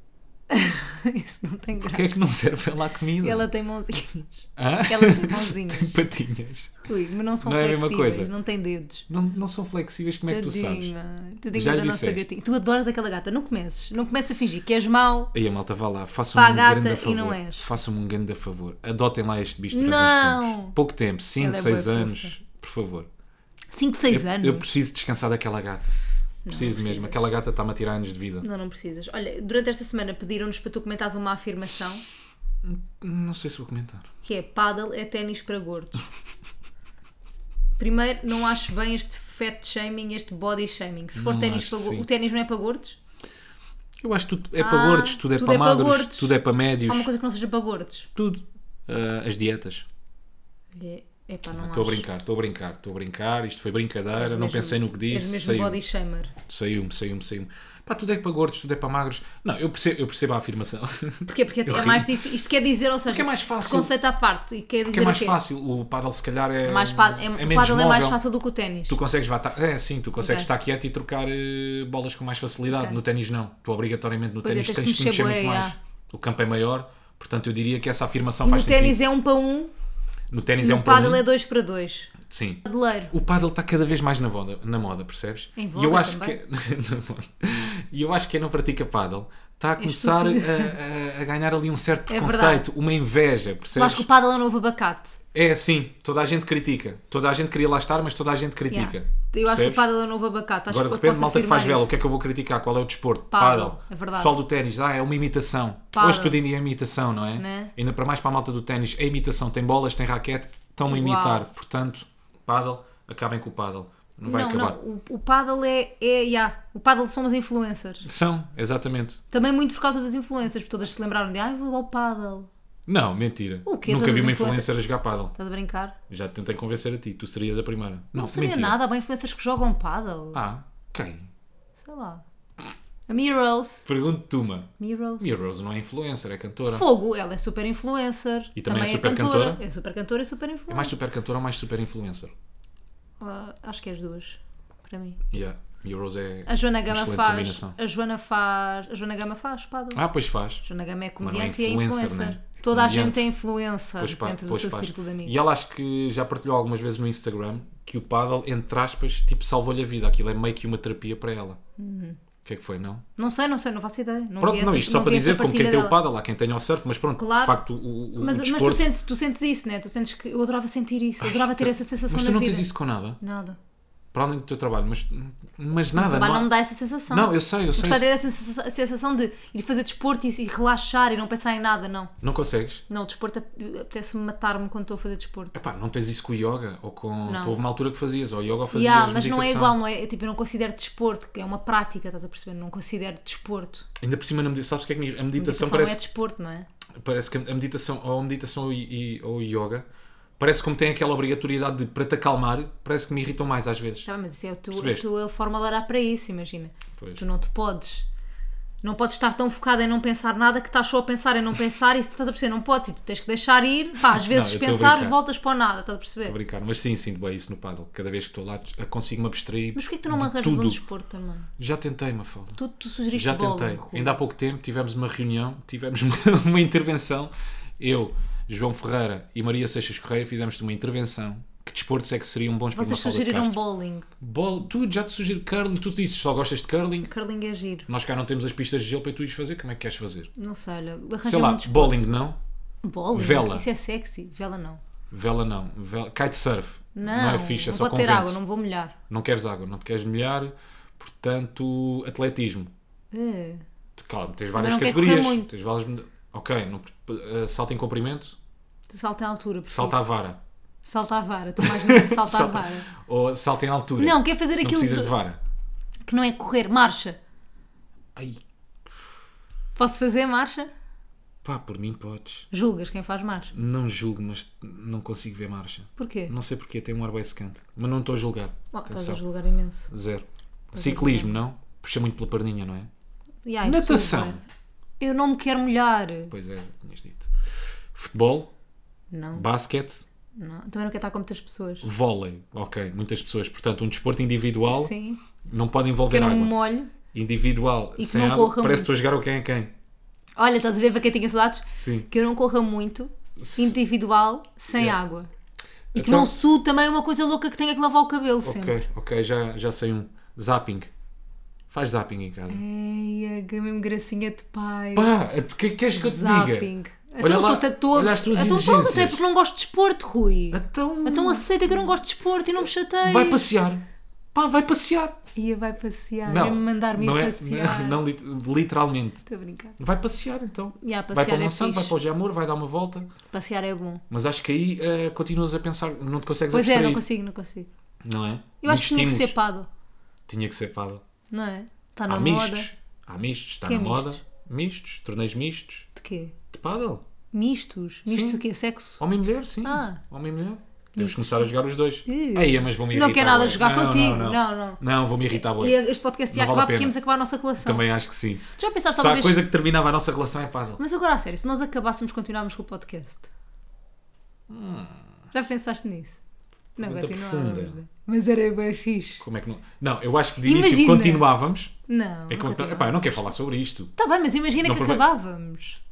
[SPEAKER 1] Isso não tem graça.
[SPEAKER 2] Porquê é que não serve ela a comida?
[SPEAKER 1] Ela tem mãozinhas.
[SPEAKER 2] Hã?
[SPEAKER 1] Ela tem mãozinhas.
[SPEAKER 2] Tem patinhas.
[SPEAKER 1] Rui, mas não são
[SPEAKER 2] Não é a mesma
[SPEAKER 1] flexíveis,
[SPEAKER 2] coisa.
[SPEAKER 1] não tem dedos.
[SPEAKER 2] Não, não são flexíveis, como é que tu sabes?
[SPEAKER 1] Tadinha, tadinha
[SPEAKER 2] Já lhe
[SPEAKER 1] da nossa
[SPEAKER 2] disseste.
[SPEAKER 1] gatinha. Tu adoras aquela gata, não comeces. Não comeces a fingir que és mau.
[SPEAKER 2] Aí a malta vá lá, façam-me
[SPEAKER 1] Pá,
[SPEAKER 2] um
[SPEAKER 1] gata,
[SPEAKER 2] grande a
[SPEAKER 1] e
[SPEAKER 2] favor.
[SPEAKER 1] não és.
[SPEAKER 2] Façam-me um grande a favor. Adotem lá este bicho durante
[SPEAKER 1] Não!
[SPEAKER 2] uns tempos. Pouco tempo, 5,
[SPEAKER 1] Ela é
[SPEAKER 2] 6
[SPEAKER 1] bué
[SPEAKER 2] anos, por favor.
[SPEAKER 1] 5, 6
[SPEAKER 2] Eu-
[SPEAKER 1] anos.
[SPEAKER 2] Eu, preciso descansar daquela gata. Preciso mesmo.
[SPEAKER 1] precisas.
[SPEAKER 2] Aquela gata está-me a tirar anos de vida.
[SPEAKER 1] Não, não precisas. Olha, durante esta semana pediram-nos para tu comentares uma afirmação
[SPEAKER 2] Não sei se vou comentar.
[SPEAKER 1] que é paddle é ténis para gordos. Primeiro, não acho bem este fat shaming, este body shaming. Se for
[SPEAKER 2] Não
[SPEAKER 1] ténis
[SPEAKER 2] acho,
[SPEAKER 1] para
[SPEAKER 2] sim.
[SPEAKER 1] gordos, o ténis não é para gordos?
[SPEAKER 2] Eu acho que tudo é
[SPEAKER 1] Ah,
[SPEAKER 2] para gordos, tudo é
[SPEAKER 1] tudo
[SPEAKER 2] para
[SPEAKER 1] é para
[SPEAKER 2] magros,
[SPEAKER 1] gordos.
[SPEAKER 2] tudo é para
[SPEAKER 1] Há
[SPEAKER 2] médios,
[SPEAKER 1] uma coisa que não seja para gordos.
[SPEAKER 2] tudo. Ah, as dietas.
[SPEAKER 1] É, epá, não
[SPEAKER 2] Estou a
[SPEAKER 1] acho.
[SPEAKER 2] brincar, estou a brincar, estou a brincar, isto foi brincadeira,
[SPEAKER 1] És
[SPEAKER 2] não
[SPEAKER 1] mesmo-
[SPEAKER 2] pensei no que
[SPEAKER 1] És
[SPEAKER 2] disse,
[SPEAKER 1] mesmo
[SPEAKER 2] saiu-me,
[SPEAKER 1] body shamer.
[SPEAKER 2] saiu-me, saiu-me, saiu-me. Pá, tudo é para gordos, tudo é para magros. Não, eu percebo, eu percebo a afirmação.
[SPEAKER 1] Porquê? Porque
[SPEAKER 2] Eu
[SPEAKER 1] é
[SPEAKER 2] ri.
[SPEAKER 1] mais difícil. Isto quer dizer, ou seja,
[SPEAKER 2] Porque é mais fácil.
[SPEAKER 1] conceito à parte. E quer dizer
[SPEAKER 2] Porque é mais
[SPEAKER 1] o quê?
[SPEAKER 2] fácil, o paddle se calhar é,
[SPEAKER 1] É mais pa- é-
[SPEAKER 2] é
[SPEAKER 1] o
[SPEAKER 2] menos
[SPEAKER 1] paddle é mais
[SPEAKER 2] móvel.
[SPEAKER 1] fácil do que o ténis.
[SPEAKER 2] Tu consegues vá, tá- é sim, tu
[SPEAKER 1] Ok.
[SPEAKER 2] consegues estar quieto e trocar eh, bolas com mais facilidade.
[SPEAKER 1] Ok.
[SPEAKER 2] No ténis não. Tu obrigatoriamente no
[SPEAKER 1] Pois é,
[SPEAKER 2] ténis
[SPEAKER 1] tens
[SPEAKER 2] tens
[SPEAKER 1] que
[SPEAKER 2] que mexer
[SPEAKER 1] mexer
[SPEAKER 2] muito
[SPEAKER 1] bué,
[SPEAKER 2] mais.
[SPEAKER 1] já.
[SPEAKER 2] O campo é maior, portanto eu diria que essa afirmação
[SPEAKER 1] E
[SPEAKER 2] faz
[SPEAKER 1] no ténis
[SPEAKER 2] sentido.
[SPEAKER 1] é um para um,
[SPEAKER 2] No ténis é
[SPEAKER 1] no
[SPEAKER 2] um para
[SPEAKER 1] paddle
[SPEAKER 2] um.
[SPEAKER 1] é dois para dois.
[SPEAKER 2] Sim.
[SPEAKER 1] Padeleiro.
[SPEAKER 2] O paddle está cada vez mais na moda, na moda percebes?
[SPEAKER 1] Em
[SPEAKER 2] e eu
[SPEAKER 1] voga
[SPEAKER 2] acho
[SPEAKER 1] também.
[SPEAKER 2] que é- na moda. E eu acho que quem não pratica paddle está a começar a, a- a ganhar ali um certo
[SPEAKER 1] É
[SPEAKER 2] preconceito, uma inveja,
[SPEAKER 1] Eu
[SPEAKER 2] percebes?
[SPEAKER 1] acho que o paddle é o novo abacate.
[SPEAKER 2] É assim, toda a gente critica. Toda a gente queria lá estar, mas toda a gente critica.
[SPEAKER 1] Yeah. Eu acho que o
[SPEAKER 2] percebes?
[SPEAKER 1] paddle é o novo abacate. Acho
[SPEAKER 2] Agora, de
[SPEAKER 1] que eu
[SPEAKER 2] repente,
[SPEAKER 1] posso
[SPEAKER 2] malta que faz
[SPEAKER 1] afirmar
[SPEAKER 2] vela, o
[SPEAKER 1] isso.
[SPEAKER 2] que é que eu vou criticar? Qual é o desporto?
[SPEAKER 1] Pádel,
[SPEAKER 2] Paddle.
[SPEAKER 1] é verdade.
[SPEAKER 2] Pessoal do ténis, ah, é uma imitação.
[SPEAKER 1] Pádel.
[SPEAKER 2] Hoje tudo ainda é imitação, não é?
[SPEAKER 1] Né?
[SPEAKER 2] Ainda para mais para a malta do ténis, é imitação. Tem bolas, tem raquete, estão a
[SPEAKER 1] Igual.
[SPEAKER 2] imitar. Portanto, paddle, acabem com o paddle. Não vai
[SPEAKER 1] não,
[SPEAKER 2] acabar.
[SPEAKER 1] não. O, o paddle é. é yeah. O paddle somos influencers.
[SPEAKER 2] São, exatamente.
[SPEAKER 1] Também muito por causa das influencers, porque todas se lembraram de. Ai, vou ao paddle.
[SPEAKER 2] Não, mentira.
[SPEAKER 1] O quê?
[SPEAKER 2] Nunca
[SPEAKER 1] Todas
[SPEAKER 2] vi uma
[SPEAKER 1] as influencers-
[SPEAKER 2] influencer a jogar paddle.
[SPEAKER 1] Estás a brincar?
[SPEAKER 2] Já te tentei convencer a ti, tu serias a primeira. Não,
[SPEAKER 1] Não seria
[SPEAKER 2] mentira.
[SPEAKER 1] nada. Há bem influencers que jogam paddle.
[SPEAKER 2] Ah, quem?
[SPEAKER 1] Sei lá. A Miros.
[SPEAKER 2] Pergunto-te uma.
[SPEAKER 1] Miros.
[SPEAKER 2] Mia Rose não é influencer, é cantora.
[SPEAKER 1] Fogo, ela é super influencer.
[SPEAKER 2] E também é super cantora?
[SPEAKER 1] É super cantora e super
[SPEAKER 2] É
[SPEAKER 1] influencer.
[SPEAKER 2] mais super cantora ou mais super influencer?
[SPEAKER 1] Ah, acho que é as duas, para mim.
[SPEAKER 2] Yeah. Mia Rose é
[SPEAKER 1] A Joana Gama
[SPEAKER 2] excelente
[SPEAKER 1] faz.
[SPEAKER 2] combinação.
[SPEAKER 1] A Joana faz. A Joana Gama faz paddle.
[SPEAKER 2] Ah, pois faz.
[SPEAKER 1] A Joana Gama é
[SPEAKER 2] não é
[SPEAKER 1] comediante e é
[SPEAKER 2] influencer,
[SPEAKER 1] influencer.
[SPEAKER 2] né? É
[SPEAKER 1] Toda a
[SPEAKER 2] comediante.
[SPEAKER 1] gente é influencer
[SPEAKER 2] Pois pá,
[SPEAKER 1] dentro do
[SPEAKER 2] pois
[SPEAKER 1] seu
[SPEAKER 2] faz.
[SPEAKER 1] círculo de amigos.
[SPEAKER 2] E ela acho que já partilhou algumas vezes no Instagram que o paddle, entre aspas, tipo salvou-lhe a vida. Aquilo é meio que uma terapia para ela. O que é que foi, não?
[SPEAKER 1] Uhum. Não sei, não sei, não faço ideia. Não
[SPEAKER 2] pronto,
[SPEAKER 1] vi
[SPEAKER 2] não,
[SPEAKER 1] essa-
[SPEAKER 2] isto só
[SPEAKER 1] não
[SPEAKER 2] para
[SPEAKER 1] vi essa
[SPEAKER 2] dizer como quem
[SPEAKER 1] partilha
[SPEAKER 2] tem o
[SPEAKER 1] dela.
[SPEAKER 2] paddle, há quem tenha o surf, mas pronto,
[SPEAKER 1] Claro.
[SPEAKER 2] de facto o, o,
[SPEAKER 1] Mas, mas
[SPEAKER 2] o desporto...
[SPEAKER 1] tu, sentes, tu sentes isso, né? Tu sentes que. Eu adorava sentir isso, eu adorava ter essa sensação
[SPEAKER 2] Mas tu
[SPEAKER 1] na
[SPEAKER 2] não
[SPEAKER 1] vida.
[SPEAKER 2] tens isso com nada,
[SPEAKER 1] Nada.
[SPEAKER 2] para além do teu trabalho, mas, mas nada.
[SPEAKER 1] O trabalho
[SPEAKER 2] não, há-
[SPEAKER 1] não me dá essa sensação.
[SPEAKER 2] Não, eu sei, eu sei.
[SPEAKER 1] Gostar de ter essa sensa- sensação de ir fazer desporto e, e relaxar e não pensar em nada, não.
[SPEAKER 2] Não consegues?
[SPEAKER 1] Não, o desporto ap- apetece-me matar-me quando estou a fazer desporto.
[SPEAKER 2] Epá, não tens isso com o yoga ou com.
[SPEAKER 1] Não.
[SPEAKER 2] Tu houve uma altura que fazias, ou yoga ou fazias.
[SPEAKER 1] Yeah, mas não é
[SPEAKER 2] meditação.
[SPEAKER 1] igual, não é? Eu, Tipo, eu não considero desporto, que é uma prática, estás a perceber? Não considero desporto.
[SPEAKER 2] Ainda por cima na meditação, sabes o que é que me... a meditação,
[SPEAKER 1] Meditação
[SPEAKER 2] parece,
[SPEAKER 1] não é desporto, não é?
[SPEAKER 2] parece que a meditação, ou a meditação e, e- ou o yoga, parece como tem aquela obrigatoriedade de para te acalmar, parece que me irritam mais às vezes.
[SPEAKER 1] Já, mas isso é o teu- a
[SPEAKER 2] Percebeste?
[SPEAKER 1] tua forma de olhar para isso, imagina.
[SPEAKER 2] Pois.
[SPEAKER 1] Tu não te podes. Não podes estar tão focada em não pensar nada que estás só a pensar em não pensar e se estás a perceber, não podes, tipo, tens que deixar ir, pá, às vezes
[SPEAKER 2] eu estou a
[SPEAKER 1] pensares,
[SPEAKER 2] brincar.
[SPEAKER 1] voltas para o nada, estás a
[SPEAKER 2] Estou a
[SPEAKER 1] perceber?
[SPEAKER 2] brincar, mas sim, sinto bem isso no paddle. Cada vez que estou lá consigo-me abstrair.
[SPEAKER 1] Mas porquê que tu não
[SPEAKER 2] de
[SPEAKER 1] arranjas
[SPEAKER 2] tudo.
[SPEAKER 1] um desporto também?
[SPEAKER 2] Já tentei, Mafalda.
[SPEAKER 1] Tu, tu sugeriste
[SPEAKER 2] Já
[SPEAKER 1] bowling,
[SPEAKER 2] tentei. é
[SPEAKER 1] Rui.
[SPEAKER 2] Ainda há pouco tempo tivemos uma reunião, tivemos uma, uma intervenção. Eu, João Ferreira e Maria Seixas Correia fizemos uma intervenção. Que desportos é que seriam bons para
[SPEAKER 1] Vocês
[SPEAKER 2] uma Mafalda de
[SPEAKER 1] sugeriram
[SPEAKER 2] Castro?
[SPEAKER 1] bowling.
[SPEAKER 2] Bol, tu já te sugiro curling, tu dizes só gostas de curling.
[SPEAKER 1] Curling é giro.
[SPEAKER 2] Nós cá não temos as pistas de gelo para tu ires fazer, como é que queres fazer?
[SPEAKER 1] Não sei, olha.
[SPEAKER 2] Sei
[SPEAKER 1] Arranjei
[SPEAKER 2] lá,
[SPEAKER 1] um desporto.
[SPEAKER 2] bowling não,
[SPEAKER 1] Bowling?
[SPEAKER 2] Vela.
[SPEAKER 1] Isso é sexy. Vela não.
[SPEAKER 2] vela não, vela, kitesurf
[SPEAKER 1] Não,
[SPEAKER 2] é fixe, é
[SPEAKER 1] não
[SPEAKER 2] só
[SPEAKER 1] pode
[SPEAKER 2] com
[SPEAKER 1] ter
[SPEAKER 2] vento.
[SPEAKER 1] água, não me vou molhar.
[SPEAKER 2] Não queres água, não te queres molhar, portanto, atletismo.
[SPEAKER 1] Eh,
[SPEAKER 2] De Claro, tens várias
[SPEAKER 1] não quer correr
[SPEAKER 2] categorias.
[SPEAKER 1] muito.
[SPEAKER 2] Tens várias... Ok, não... eh, salto em comprimento,
[SPEAKER 1] Salta em altura. prefiro.
[SPEAKER 2] salta à vara.
[SPEAKER 1] Salta à vara. Estou mais medo de saltar à
[SPEAKER 2] Salta-
[SPEAKER 1] vara.
[SPEAKER 2] Ou salta em altura.
[SPEAKER 1] Não, quer fazer
[SPEAKER 2] Não
[SPEAKER 1] aquilo
[SPEAKER 2] precisas
[SPEAKER 1] de-
[SPEAKER 2] de vara.
[SPEAKER 1] que não é correr. Marcha.
[SPEAKER 2] Ai,
[SPEAKER 1] Posso fazer marcha?
[SPEAKER 2] pá, por mim podes.
[SPEAKER 1] Julgas quem faz marcha.
[SPEAKER 2] Não julgo, mas não consigo ver marcha.
[SPEAKER 1] Porquê?
[SPEAKER 2] Não sei porquê, tem um ar bem secante. Mas não estou a julgar.
[SPEAKER 1] Oh, estás a
[SPEAKER 2] Atenção.
[SPEAKER 1] julgar imenso.
[SPEAKER 2] Zero. Ciclismo, não? Puxa muito pela perninha, não é?
[SPEAKER 1] E é, ai,
[SPEAKER 2] Natação.
[SPEAKER 1] surda. Eu não me quero molhar.
[SPEAKER 2] Pois é, tinhas dito. Futebol,
[SPEAKER 1] Não,
[SPEAKER 2] basquete,
[SPEAKER 1] não. Também não quero estar com muitas pessoas.
[SPEAKER 2] vôlei. Ok, muitas pessoas. Portanto, um desporto individual
[SPEAKER 1] Sim.
[SPEAKER 2] não pode
[SPEAKER 1] Que eu
[SPEAKER 2] envolver
[SPEAKER 1] não me
[SPEAKER 2] água.
[SPEAKER 1] molho.
[SPEAKER 2] Individual,
[SPEAKER 1] que
[SPEAKER 2] sem
[SPEAKER 1] não
[SPEAKER 2] água,
[SPEAKER 1] corra
[SPEAKER 2] parece que
[SPEAKER 1] muito.
[SPEAKER 2] estou a jogar o quem é quem.
[SPEAKER 1] Olha, estás a ver para quem tinha saudades?
[SPEAKER 2] Sim.
[SPEAKER 1] Que eu não corra muito,
[SPEAKER 2] Se-
[SPEAKER 1] individual, sem
[SPEAKER 2] Yeah.
[SPEAKER 1] água. E que
[SPEAKER 2] Então-
[SPEAKER 1] não suo também é uma coisa louca que tenha que lavar o cabelo sempre.
[SPEAKER 2] Ok, ok, já, já sei um. Zapping. Faz zapping em casa.
[SPEAKER 1] Hum. Ei, a mesmo gracinha de pai.
[SPEAKER 2] Pá, o que queres que eu te
[SPEAKER 1] Zapping.
[SPEAKER 2] diga? Olha
[SPEAKER 1] Então
[SPEAKER 2] lá,
[SPEAKER 1] estou-te a toa-
[SPEAKER 2] olha as tuas
[SPEAKER 1] Então estou
[SPEAKER 2] exigências.
[SPEAKER 1] porque não gosto de desporto, Rui.
[SPEAKER 2] Então, eh,
[SPEAKER 1] Então aceita que eu não gosto de desporto e não me chatei.
[SPEAKER 2] vai passear. Pá, vai passear.
[SPEAKER 1] Ia vai passear,
[SPEAKER 2] Não,
[SPEAKER 1] ia-me mandar-me ir
[SPEAKER 2] não é-
[SPEAKER 1] passear.
[SPEAKER 2] Não, não, lit- literalmente.
[SPEAKER 1] Estou a brincar.
[SPEAKER 2] Vai passear então.
[SPEAKER 1] Yeah,
[SPEAKER 2] vai
[SPEAKER 1] passear
[SPEAKER 2] para o
[SPEAKER 1] é
[SPEAKER 2] Monsanto,
[SPEAKER 1] fixe.
[SPEAKER 2] vai para o Jamor, vai dar uma volta.
[SPEAKER 1] Passear é bom.
[SPEAKER 2] Mas acho que aí eh, continuas a pensar, não te consegues
[SPEAKER 1] Pois é,
[SPEAKER 2] abstrair.
[SPEAKER 1] não consigo, não consigo.
[SPEAKER 2] Não é?
[SPEAKER 1] Eu acho que tinha que
[SPEAKER 2] Investimos.
[SPEAKER 1] ser pado,
[SPEAKER 2] Tinha que ser pado.
[SPEAKER 1] não é? Está na
[SPEAKER 2] Há
[SPEAKER 1] moda.
[SPEAKER 2] mistos. Há mistos, está
[SPEAKER 1] Que
[SPEAKER 2] na
[SPEAKER 1] é
[SPEAKER 2] moda.
[SPEAKER 1] mistos?
[SPEAKER 2] Mistos, torneios mistos.
[SPEAKER 1] De quê?
[SPEAKER 2] De paddle.
[SPEAKER 1] Mistos? Mistos
[SPEAKER 2] Sim.
[SPEAKER 1] de quê? Sexo?
[SPEAKER 2] Homem e mulher, sim.
[SPEAKER 1] Ah.
[SPEAKER 2] Homem e mulher. Temos que começar a jogar os dois.
[SPEAKER 1] Ih.
[SPEAKER 2] Aí, mas vou-me irritar.
[SPEAKER 1] Não quero nada
[SPEAKER 2] bué.
[SPEAKER 1] jogar contigo.
[SPEAKER 2] Não,
[SPEAKER 1] Não,
[SPEAKER 2] não.
[SPEAKER 1] não.
[SPEAKER 2] Não, vou-me irritar, boi.
[SPEAKER 1] E este podcast ia
[SPEAKER 2] Não vale
[SPEAKER 1] acabar
[SPEAKER 2] a pena.
[SPEAKER 1] porque íamos acabar a nossa relação.
[SPEAKER 2] Também acho que sim.
[SPEAKER 1] Já pensaste
[SPEAKER 2] Se há
[SPEAKER 1] talvez...
[SPEAKER 2] coisa que terminava a nossa relação é paddle.
[SPEAKER 1] Mas agora a sério, se nós acabássemos, continuávamos com o podcast. Já pensaste nisso? Não,
[SPEAKER 2] Hum. Pergunta
[SPEAKER 1] continuávamos.
[SPEAKER 2] profunda.
[SPEAKER 1] né? Mas era bem fixe.
[SPEAKER 2] Como é que não? Não, eu acho que de início
[SPEAKER 1] Imagina.
[SPEAKER 2] continuávamos.
[SPEAKER 1] Não.
[SPEAKER 2] É que,
[SPEAKER 1] nunca
[SPEAKER 2] epá, eu não quero falar sobre isto.
[SPEAKER 1] Tá bem, mas imagina
[SPEAKER 2] Não
[SPEAKER 1] que
[SPEAKER 2] provei-
[SPEAKER 1] acabávamos.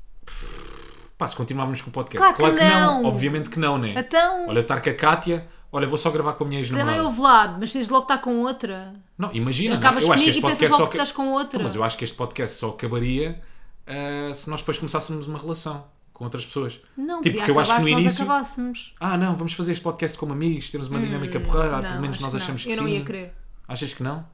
[SPEAKER 2] Pá, se continuávamos com o podcast.
[SPEAKER 1] Claro que não.
[SPEAKER 2] Obviamente que não, né?
[SPEAKER 1] Então-
[SPEAKER 2] Olha, eu estar com a Cátia. Olha, vou só gravar com a minha
[SPEAKER 1] Também
[SPEAKER 2] ex-namorada.
[SPEAKER 1] houve lá, mas tens logo estar com outra.
[SPEAKER 2] Não, imagina.
[SPEAKER 1] Acabas
[SPEAKER 2] não. Eu acho que
[SPEAKER 1] comigo
[SPEAKER 2] este
[SPEAKER 1] e
[SPEAKER 2] podcast
[SPEAKER 1] pensas
[SPEAKER 2] só
[SPEAKER 1] logo que
[SPEAKER 2] que-
[SPEAKER 1] estás com outra.
[SPEAKER 2] Então, mas eu acho que este podcast só acabaria ah, se nós depois começássemos uma relação com outras pessoas.
[SPEAKER 1] Não,
[SPEAKER 2] tipo,
[SPEAKER 1] podia
[SPEAKER 2] porque eu acho que
[SPEAKER 1] acabar
[SPEAKER 2] no
[SPEAKER 1] se nós
[SPEAKER 2] início.
[SPEAKER 1] acabássemos.
[SPEAKER 2] Ah, não, vamos fazer este podcast como amigos, temos uma dinâmica porreira, ah,
[SPEAKER 1] Hum, Não,
[SPEAKER 2] pelo menos
[SPEAKER 1] acho
[SPEAKER 2] nós
[SPEAKER 1] que não.
[SPEAKER 2] achamos que
[SPEAKER 1] Eu
[SPEAKER 2] sim.
[SPEAKER 1] não ia querer. Uh-uh.
[SPEAKER 2] Achas que não?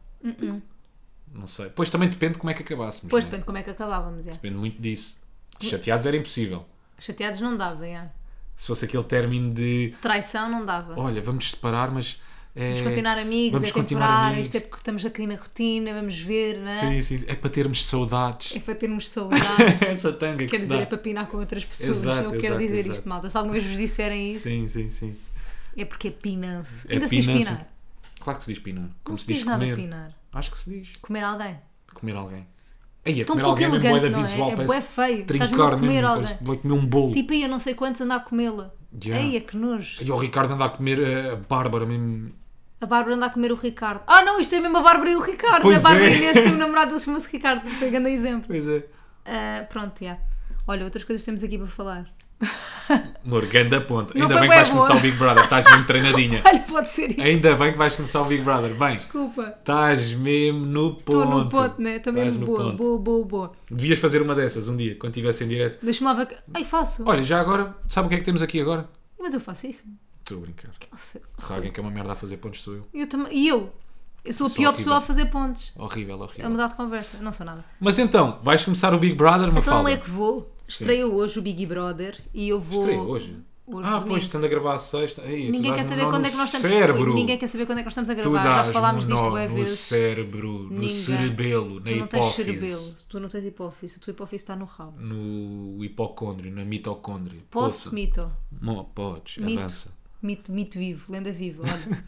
[SPEAKER 2] Não sei. Pois também depende de como é que acabássemos.
[SPEAKER 1] Depois
[SPEAKER 2] né?
[SPEAKER 1] depende de como é que acabávamos, é.
[SPEAKER 2] Depende muito disso. Chateados era impossível.
[SPEAKER 1] Chateados não dava, é.
[SPEAKER 2] Se fosse aquele término de
[SPEAKER 1] De traição não dava.
[SPEAKER 2] olha, vamos separar, mas. é,
[SPEAKER 1] Vamos continuar amigos,
[SPEAKER 2] vamos
[SPEAKER 1] é
[SPEAKER 2] continuar
[SPEAKER 1] temporário,
[SPEAKER 2] amigos.
[SPEAKER 1] isto é porque estamos aqui na rotina, vamos ver, né?
[SPEAKER 2] Sim, sim, é para termos saudades.
[SPEAKER 1] É para termos saudades.
[SPEAKER 2] Essa tanga que
[SPEAKER 1] Quer
[SPEAKER 2] se
[SPEAKER 1] dizer,
[SPEAKER 2] dá.
[SPEAKER 1] é para pinar com outras pessoas. é
[SPEAKER 2] Exato,
[SPEAKER 1] eu quero
[SPEAKER 2] exato,
[SPEAKER 1] dizer
[SPEAKER 2] exato.
[SPEAKER 1] isto, malta. Se alguma vez vos disserem isso,
[SPEAKER 2] Sim, sim, sim.
[SPEAKER 1] é porque é pinanço.
[SPEAKER 2] É
[SPEAKER 1] Ainda se diz
[SPEAKER 2] pinanço.
[SPEAKER 1] pinar.
[SPEAKER 2] Claro que se diz pinar. Como
[SPEAKER 1] Não
[SPEAKER 2] se diz
[SPEAKER 1] nada
[SPEAKER 2] comer.
[SPEAKER 1] pinar.
[SPEAKER 2] Acho que se diz.
[SPEAKER 1] Comer alguém.
[SPEAKER 2] Comer alguém. Aí, a
[SPEAKER 1] Tão
[SPEAKER 2] comer
[SPEAKER 1] pouco
[SPEAKER 2] alguém é uma moeda
[SPEAKER 1] elegante, não é?
[SPEAKER 2] visual.
[SPEAKER 1] É
[SPEAKER 2] parece
[SPEAKER 1] bué feio. Estás-me a
[SPEAKER 2] Trincar
[SPEAKER 1] comer
[SPEAKER 2] mesmo.
[SPEAKER 1] alguém.
[SPEAKER 2] Parece que vai comer um bolo.
[SPEAKER 1] Tipo, aí eu não sei quantos andar a comê-la.
[SPEAKER 2] Yeah.
[SPEAKER 1] Ei, é que nojo.
[SPEAKER 2] E o Ricardo anda a comer eh, a Bárbara mesmo.
[SPEAKER 1] A Bárbara anda a comer o Ricardo. Ah, não, isto é mesmo a Bárbara e o Ricardo.
[SPEAKER 2] Pois
[SPEAKER 1] a Bárbara
[SPEAKER 2] é.
[SPEAKER 1] Inês tem um namorado, ele chama-se Ricardo. Foi um grande exemplo.
[SPEAKER 2] Pois é.
[SPEAKER 1] Ah, pronto, já. Olha, outras coisas temos aqui para falar.
[SPEAKER 2] Amor, ganda ponta.
[SPEAKER 1] Não
[SPEAKER 2] Ainda
[SPEAKER 1] foi
[SPEAKER 2] bem que
[SPEAKER 1] bué
[SPEAKER 2] vais
[SPEAKER 1] boa.
[SPEAKER 2] começar o Big Brother. Estás mesmo treinadinha.
[SPEAKER 1] Olha, pode ser isso.
[SPEAKER 2] Ainda bem que vais começar o Big Brother. Bem,
[SPEAKER 1] Desculpa.
[SPEAKER 2] estás mesmo no ponto.
[SPEAKER 1] Estou no ponto, né? Estou
[SPEAKER 2] Estás
[SPEAKER 1] mesmo
[SPEAKER 2] no
[SPEAKER 1] boa,
[SPEAKER 2] ponto.
[SPEAKER 1] boa, boa, boa.
[SPEAKER 2] Devias fazer uma dessas um dia, quando estivesse em direto.
[SPEAKER 1] Deixa-me lá ver. Ai, faço.
[SPEAKER 2] Olha, já agora, sabe o que é que temos aqui agora?
[SPEAKER 1] Mas eu faço isso.
[SPEAKER 2] Estou a brincar.
[SPEAKER 1] Nossa,
[SPEAKER 2] Se há alguém que é uma merda a fazer pontos, sou eu.
[SPEAKER 1] eu também. E eu? Eu sou a
[SPEAKER 2] Sou
[SPEAKER 1] pior
[SPEAKER 2] horrível.
[SPEAKER 1] pessoa a fazer pontes.
[SPEAKER 2] Horrível, horrível.
[SPEAKER 1] A mudar de conversa. Não sou nada.
[SPEAKER 2] Mas então, vais começar o Big Brother, uma
[SPEAKER 1] Então não
[SPEAKER 2] fala.
[SPEAKER 1] é que vou. Estreia hoje o Big Brother e eu vou.
[SPEAKER 2] Estreia hoje.
[SPEAKER 1] Hoje,
[SPEAKER 2] ah,
[SPEAKER 1] domingo.
[SPEAKER 2] pois, estando a gravar a sexta. Ei,
[SPEAKER 1] Ninguém quer saber quando é que nós estamos.
[SPEAKER 2] Cérebro.
[SPEAKER 1] Ninguém quer saber quando é que nós estamos a
[SPEAKER 2] Tu
[SPEAKER 1] gravar.
[SPEAKER 2] dás
[SPEAKER 1] Já falámos
[SPEAKER 2] no,
[SPEAKER 1] disto
[SPEAKER 2] nó,
[SPEAKER 1] bué
[SPEAKER 2] no
[SPEAKER 1] vezes.
[SPEAKER 2] cérebro, no
[SPEAKER 1] Ninguém.
[SPEAKER 2] cerebelo, na
[SPEAKER 1] tu não tens cerebelo,
[SPEAKER 2] hipófise,
[SPEAKER 1] tu não tens hipófise, a tua hipófise está no rabo.
[SPEAKER 2] no hipocôndrio, na mitocôndria.
[SPEAKER 1] Posso,
[SPEAKER 2] Poça.
[SPEAKER 1] mito,
[SPEAKER 2] Mo- Podes,
[SPEAKER 1] Mito.
[SPEAKER 2] avança.
[SPEAKER 1] mito, mito vivo, lenda viva. olha.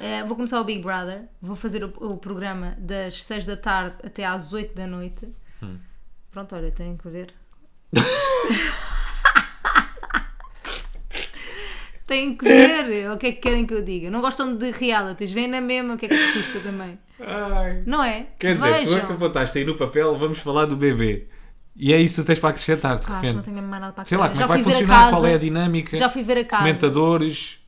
[SPEAKER 1] Eh, vou começar o Big Brother, vou fazer o, o programa das 6 da tarde até às 8 da noite.
[SPEAKER 2] Hum.
[SPEAKER 1] Pronto, olha, tenho que ver. Tenho que ver o que é que querem que eu diga. Não gostam de realities, vêm na mesma o que é que se custa também.
[SPEAKER 2] Ai.
[SPEAKER 1] Não é?
[SPEAKER 2] Quer dizer, tu é que apontaste aí no papel, vamos falar do bebê. E é isso que tens para acrescentar, de
[SPEAKER 1] Pá, acho que não
[SPEAKER 2] repente.
[SPEAKER 1] tenho mais nada para
[SPEAKER 2] Sei lá,
[SPEAKER 1] acrescentar.
[SPEAKER 2] como
[SPEAKER 1] Já
[SPEAKER 2] é que vai
[SPEAKER 1] fui ver a
[SPEAKER 2] funcionar,
[SPEAKER 1] casa,
[SPEAKER 2] qual é a dinâmica,
[SPEAKER 1] Já fui ver a casa.
[SPEAKER 2] comentadores,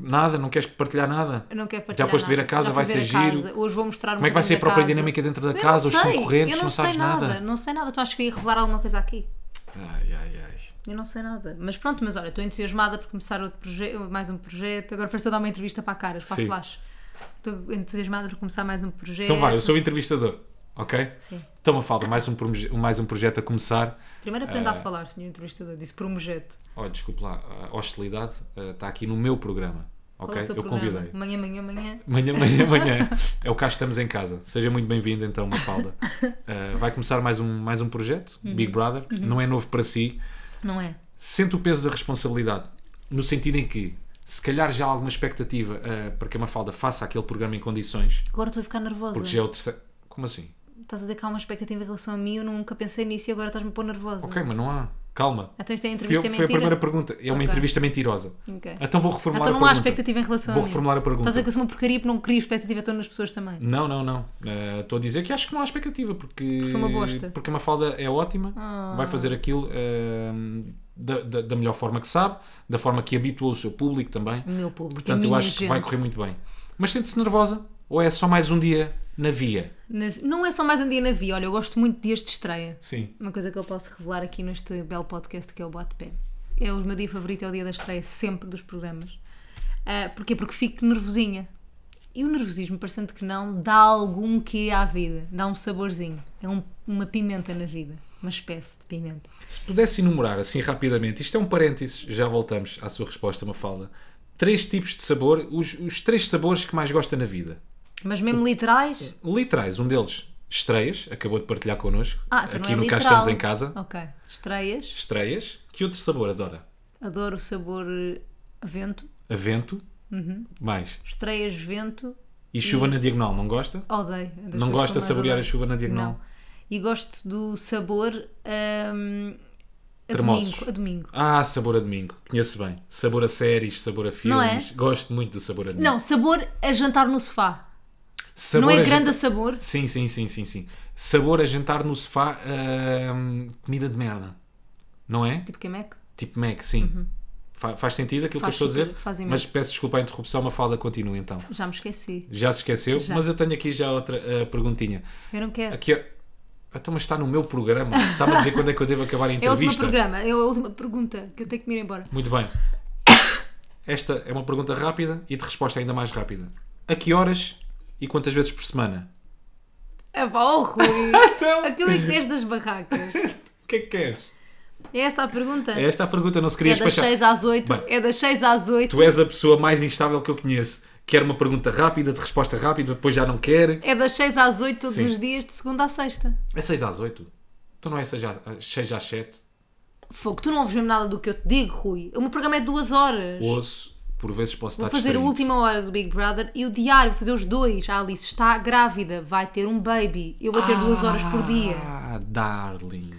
[SPEAKER 2] nada, não queres partilhar nada?
[SPEAKER 1] Eu não quero
[SPEAKER 2] Já
[SPEAKER 1] partilhar
[SPEAKER 2] foste ver
[SPEAKER 1] nada.
[SPEAKER 2] a
[SPEAKER 1] Já
[SPEAKER 2] casa,
[SPEAKER 1] fui
[SPEAKER 2] vai
[SPEAKER 1] ver
[SPEAKER 2] ser
[SPEAKER 1] a
[SPEAKER 2] giro.
[SPEAKER 1] casa. Hoje vou mostrar
[SPEAKER 2] Como é que vai ser a própria dinâmica dentro da casa, os concorrentes, não, sabes nada.
[SPEAKER 1] Não sei nada. Estou acho que ia revelar alguma coisa aqui.
[SPEAKER 2] Ai, ai, ai.
[SPEAKER 1] Eu não sei nada. Mas pronto, mas olha, estou entusiasmada por começar outro proje- mais um projeto. Agora parece eu dar uma entrevista para a Caras, para a
[SPEAKER 2] Sim.
[SPEAKER 1] Flash. Estou entusiasmada por começar mais um projeto.
[SPEAKER 2] Então vai, eu sou o entrevistador, ok?
[SPEAKER 1] Sim.
[SPEAKER 2] Então, Mafalda, mais um, proje- mais um projeto a começar.
[SPEAKER 1] Primeiro aprenda
[SPEAKER 2] Eh,
[SPEAKER 1] a falar, senhor entrevistador. Disse por um projeto.
[SPEAKER 2] Olha, desculpe lá, a hostilidade eh, está aqui no meu programa.
[SPEAKER 1] Qual
[SPEAKER 2] Ok?
[SPEAKER 1] é o seu
[SPEAKER 2] Eu
[SPEAKER 1] programa?
[SPEAKER 2] convidei.
[SPEAKER 1] Manhã, manhã, manhã.
[SPEAKER 2] Manhã, manhã, manhã. É o Cá Estamos em Casa. Seja muito bem-vindo, então, Mafalda. Eh, vai começar mais um, mais um projeto,
[SPEAKER 1] Uhum.
[SPEAKER 2] Big Brother. Não é novo para si.
[SPEAKER 1] Não é?
[SPEAKER 2] Sente o peso da responsabilidade, no sentido em que, se calhar, já há alguma expectativa eh, para que a Mafalda faça aquele programa em condições,
[SPEAKER 1] Agora estou a ficar nervosa.
[SPEAKER 2] porque já é o terceiro. Como assim?
[SPEAKER 1] Estás a dizer que há uma expectativa em relação a mim, eu nunca pensei nisso e agora estás-me a pôr nervosa.
[SPEAKER 2] Ok, mas não há. Calma.
[SPEAKER 1] Então isto é
[SPEAKER 2] Foi,
[SPEAKER 1] entrevista é
[SPEAKER 2] foi a
[SPEAKER 1] mentira.
[SPEAKER 2] primeira pergunta. É uma
[SPEAKER 1] Ok.
[SPEAKER 2] entrevista mentirosa.
[SPEAKER 1] Ok.
[SPEAKER 2] Então vou reformular
[SPEAKER 1] Então
[SPEAKER 2] a
[SPEAKER 1] não há
[SPEAKER 2] pergunta.
[SPEAKER 1] expectativa em relação
[SPEAKER 2] Vou
[SPEAKER 1] a mim.
[SPEAKER 2] reformular a pergunta. Hum.
[SPEAKER 1] Estás a dizer que eu sou uma porcaria porque não crio expectativa, estou nas pessoas também.
[SPEAKER 2] Não, não, não. Eh, Estou a dizer que acho que não há expectativa, porque.
[SPEAKER 1] sou uma bosta. Ah.
[SPEAKER 2] Porque a Mafalda é ótima, vai fazer aquilo eh, da, da- da melhor forma que sabe, da forma que habituou o seu público também.
[SPEAKER 1] O meu público, a
[SPEAKER 2] Portanto, eu
[SPEAKER 1] minha
[SPEAKER 2] acho que vai
[SPEAKER 1] gente.
[SPEAKER 2] correr muito bem. Mas sente-se nervosa? Ou é só mais um dia na via?
[SPEAKER 1] Na- Não é só mais um dia na via, olha, eu gosto muito de dias de estreia.
[SPEAKER 2] Sim.
[SPEAKER 1] Uma coisa que eu posso revelar aqui neste belo podcast que é o Bate-Pé. É o meu dia favorito, é o dia da estreia sempre dos programas. Ah, porquê? Porque fico nervosinha. E o nervosismo, parecendo que não, dá algum quê à vida, dá um saborzinho. É um- uma pimenta na vida, uma espécie de pimenta.
[SPEAKER 2] Se pudesse enumerar assim rapidamente, isto é um parênteses, já voltamos à sua resposta, Mafalda. Três tipos de sabor, os, os três sabores que mais gosta na vida.
[SPEAKER 1] Mas mesmo literais.
[SPEAKER 2] Literais, um deles, estreias, acabou de partilhar connosco.
[SPEAKER 1] Ah, então
[SPEAKER 2] aqui
[SPEAKER 1] não é
[SPEAKER 2] no Cá
[SPEAKER 1] literal.
[SPEAKER 2] Estamos em Casa.
[SPEAKER 1] Ok. Estreias.
[SPEAKER 2] Estreias. Que outro sabor adora?
[SPEAKER 1] Adoro o sabor eh, vento.
[SPEAKER 2] A vento.
[SPEAKER 1] Uhum.
[SPEAKER 2] Mais.
[SPEAKER 1] Estreias vento.
[SPEAKER 2] E chuva na diagonal, não gosta?
[SPEAKER 1] Odeio. É das coisas que
[SPEAKER 2] Não gosta
[SPEAKER 1] eu
[SPEAKER 2] de
[SPEAKER 1] mais
[SPEAKER 2] saborear
[SPEAKER 1] odeio.
[SPEAKER 2] a chuva na diagonal?
[SPEAKER 1] Não. E gosto do sabor hum, a
[SPEAKER 2] Tremosos.
[SPEAKER 1] domingo. A domingo.
[SPEAKER 2] Ah, sabor a domingo. Conheço bem. Sabor a séries, sabor a filmes.
[SPEAKER 1] Não é?
[SPEAKER 2] Gosto muito do sabor a domingo.
[SPEAKER 1] Não, sabor a jantar no sofá. não
[SPEAKER 2] Sabor
[SPEAKER 1] é
[SPEAKER 2] a
[SPEAKER 1] grande a
[SPEAKER 2] jantar-
[SPEAKER 1] sabor?
[SPEAKER 2] Sim, sim, sim, sim, sim. Sabor a jantar no sofá, ahm, comida de merda. Não é?
[SPEAKER 1] Tipo que é Mac?
[SPEAKER 2] Tipo Mac, sim. Fa- faz sentido aquilo
[SPEAKER 1] Uhum. Faz
[SPEAKER 2] que eu estou a dizer?
[SPEAKER 1] sentido, faz imenso.
[SPEAKER 2] mas peço desculpa a interrupção, uma fala continua então.
[SPEAKER 1] Já me esqueci.
[SPEAKER 2] Já se esqueceu?
[SPEAKER 1] Já.
[SPEAKER 2] Mas eu tenho aqui já outra ah, perguntinha.
[SPEAKER 1] Eu não quero.
[SPEAKER 2] Aqui, ó. Então, mas está no meu programa. Estava a dizer quando é que eu devo acabar a
[SPEAKER 1] É o último
[SPEAKER 2] entrevista.
[SPEAKER 1] programa, é a última pergunta que eu tenho que me ir embora.
[SPEAKER 2] Muito bem. Esta é uma pergunta rápida e de resposta ainda mais rápida. A que horas e quantas vezes por semana?
[SPEAKER 1] É pá, oh Rui!
[SPEAKER 2] Então,
[SPEAKER 1] Aquilo é que tens das barracas.
[SPEAKER 2] o que é que queres?
[SPEAKER 1] É essa a pergunta?
[SPEAKER 2] É Esta a pergunta, não se queria
[SPEAKER 1] É das
[SPEAKER 2] despachar.
[SPEAKER 1] 6 às 8.
[SPEAKER 2] Bem.
[SPEAKER 1] É das 6 às 8.
[SPEAKER 2] Tu és a pessoa mais instável que eu conheço. Quer uma pergunta rápida, de resposta rápida, depois já não quer.
[SPEAKER 1] É das 6 às 8 todos
[SPEAKER 2] Sim.
[SPEAKER 1] os dias, de segunda à sexta.
[SPEAKER 2] É 6 às 8. Tu não é 6 às, 6 às 7.
[SPEAKER 1] Fogo, tu não ouves mesmo nada do que eu te digo, Rui. O meu programa é duas horas.
[SPEAKER 2] Ouço, por vezes posso
[SPEAKER 1] Vou
[SPEAKER 2] estar
[SPEAKER 1] fazer a
[SPEAKER 2] distraído.
[SPEAKER 1] última hora do Big Brother e o diário, vou fazer os dois. A Alice está grávida, vai ter um baby. Eu vou ter duas horas por dia.
[SPEAKER 2] Ah, darling.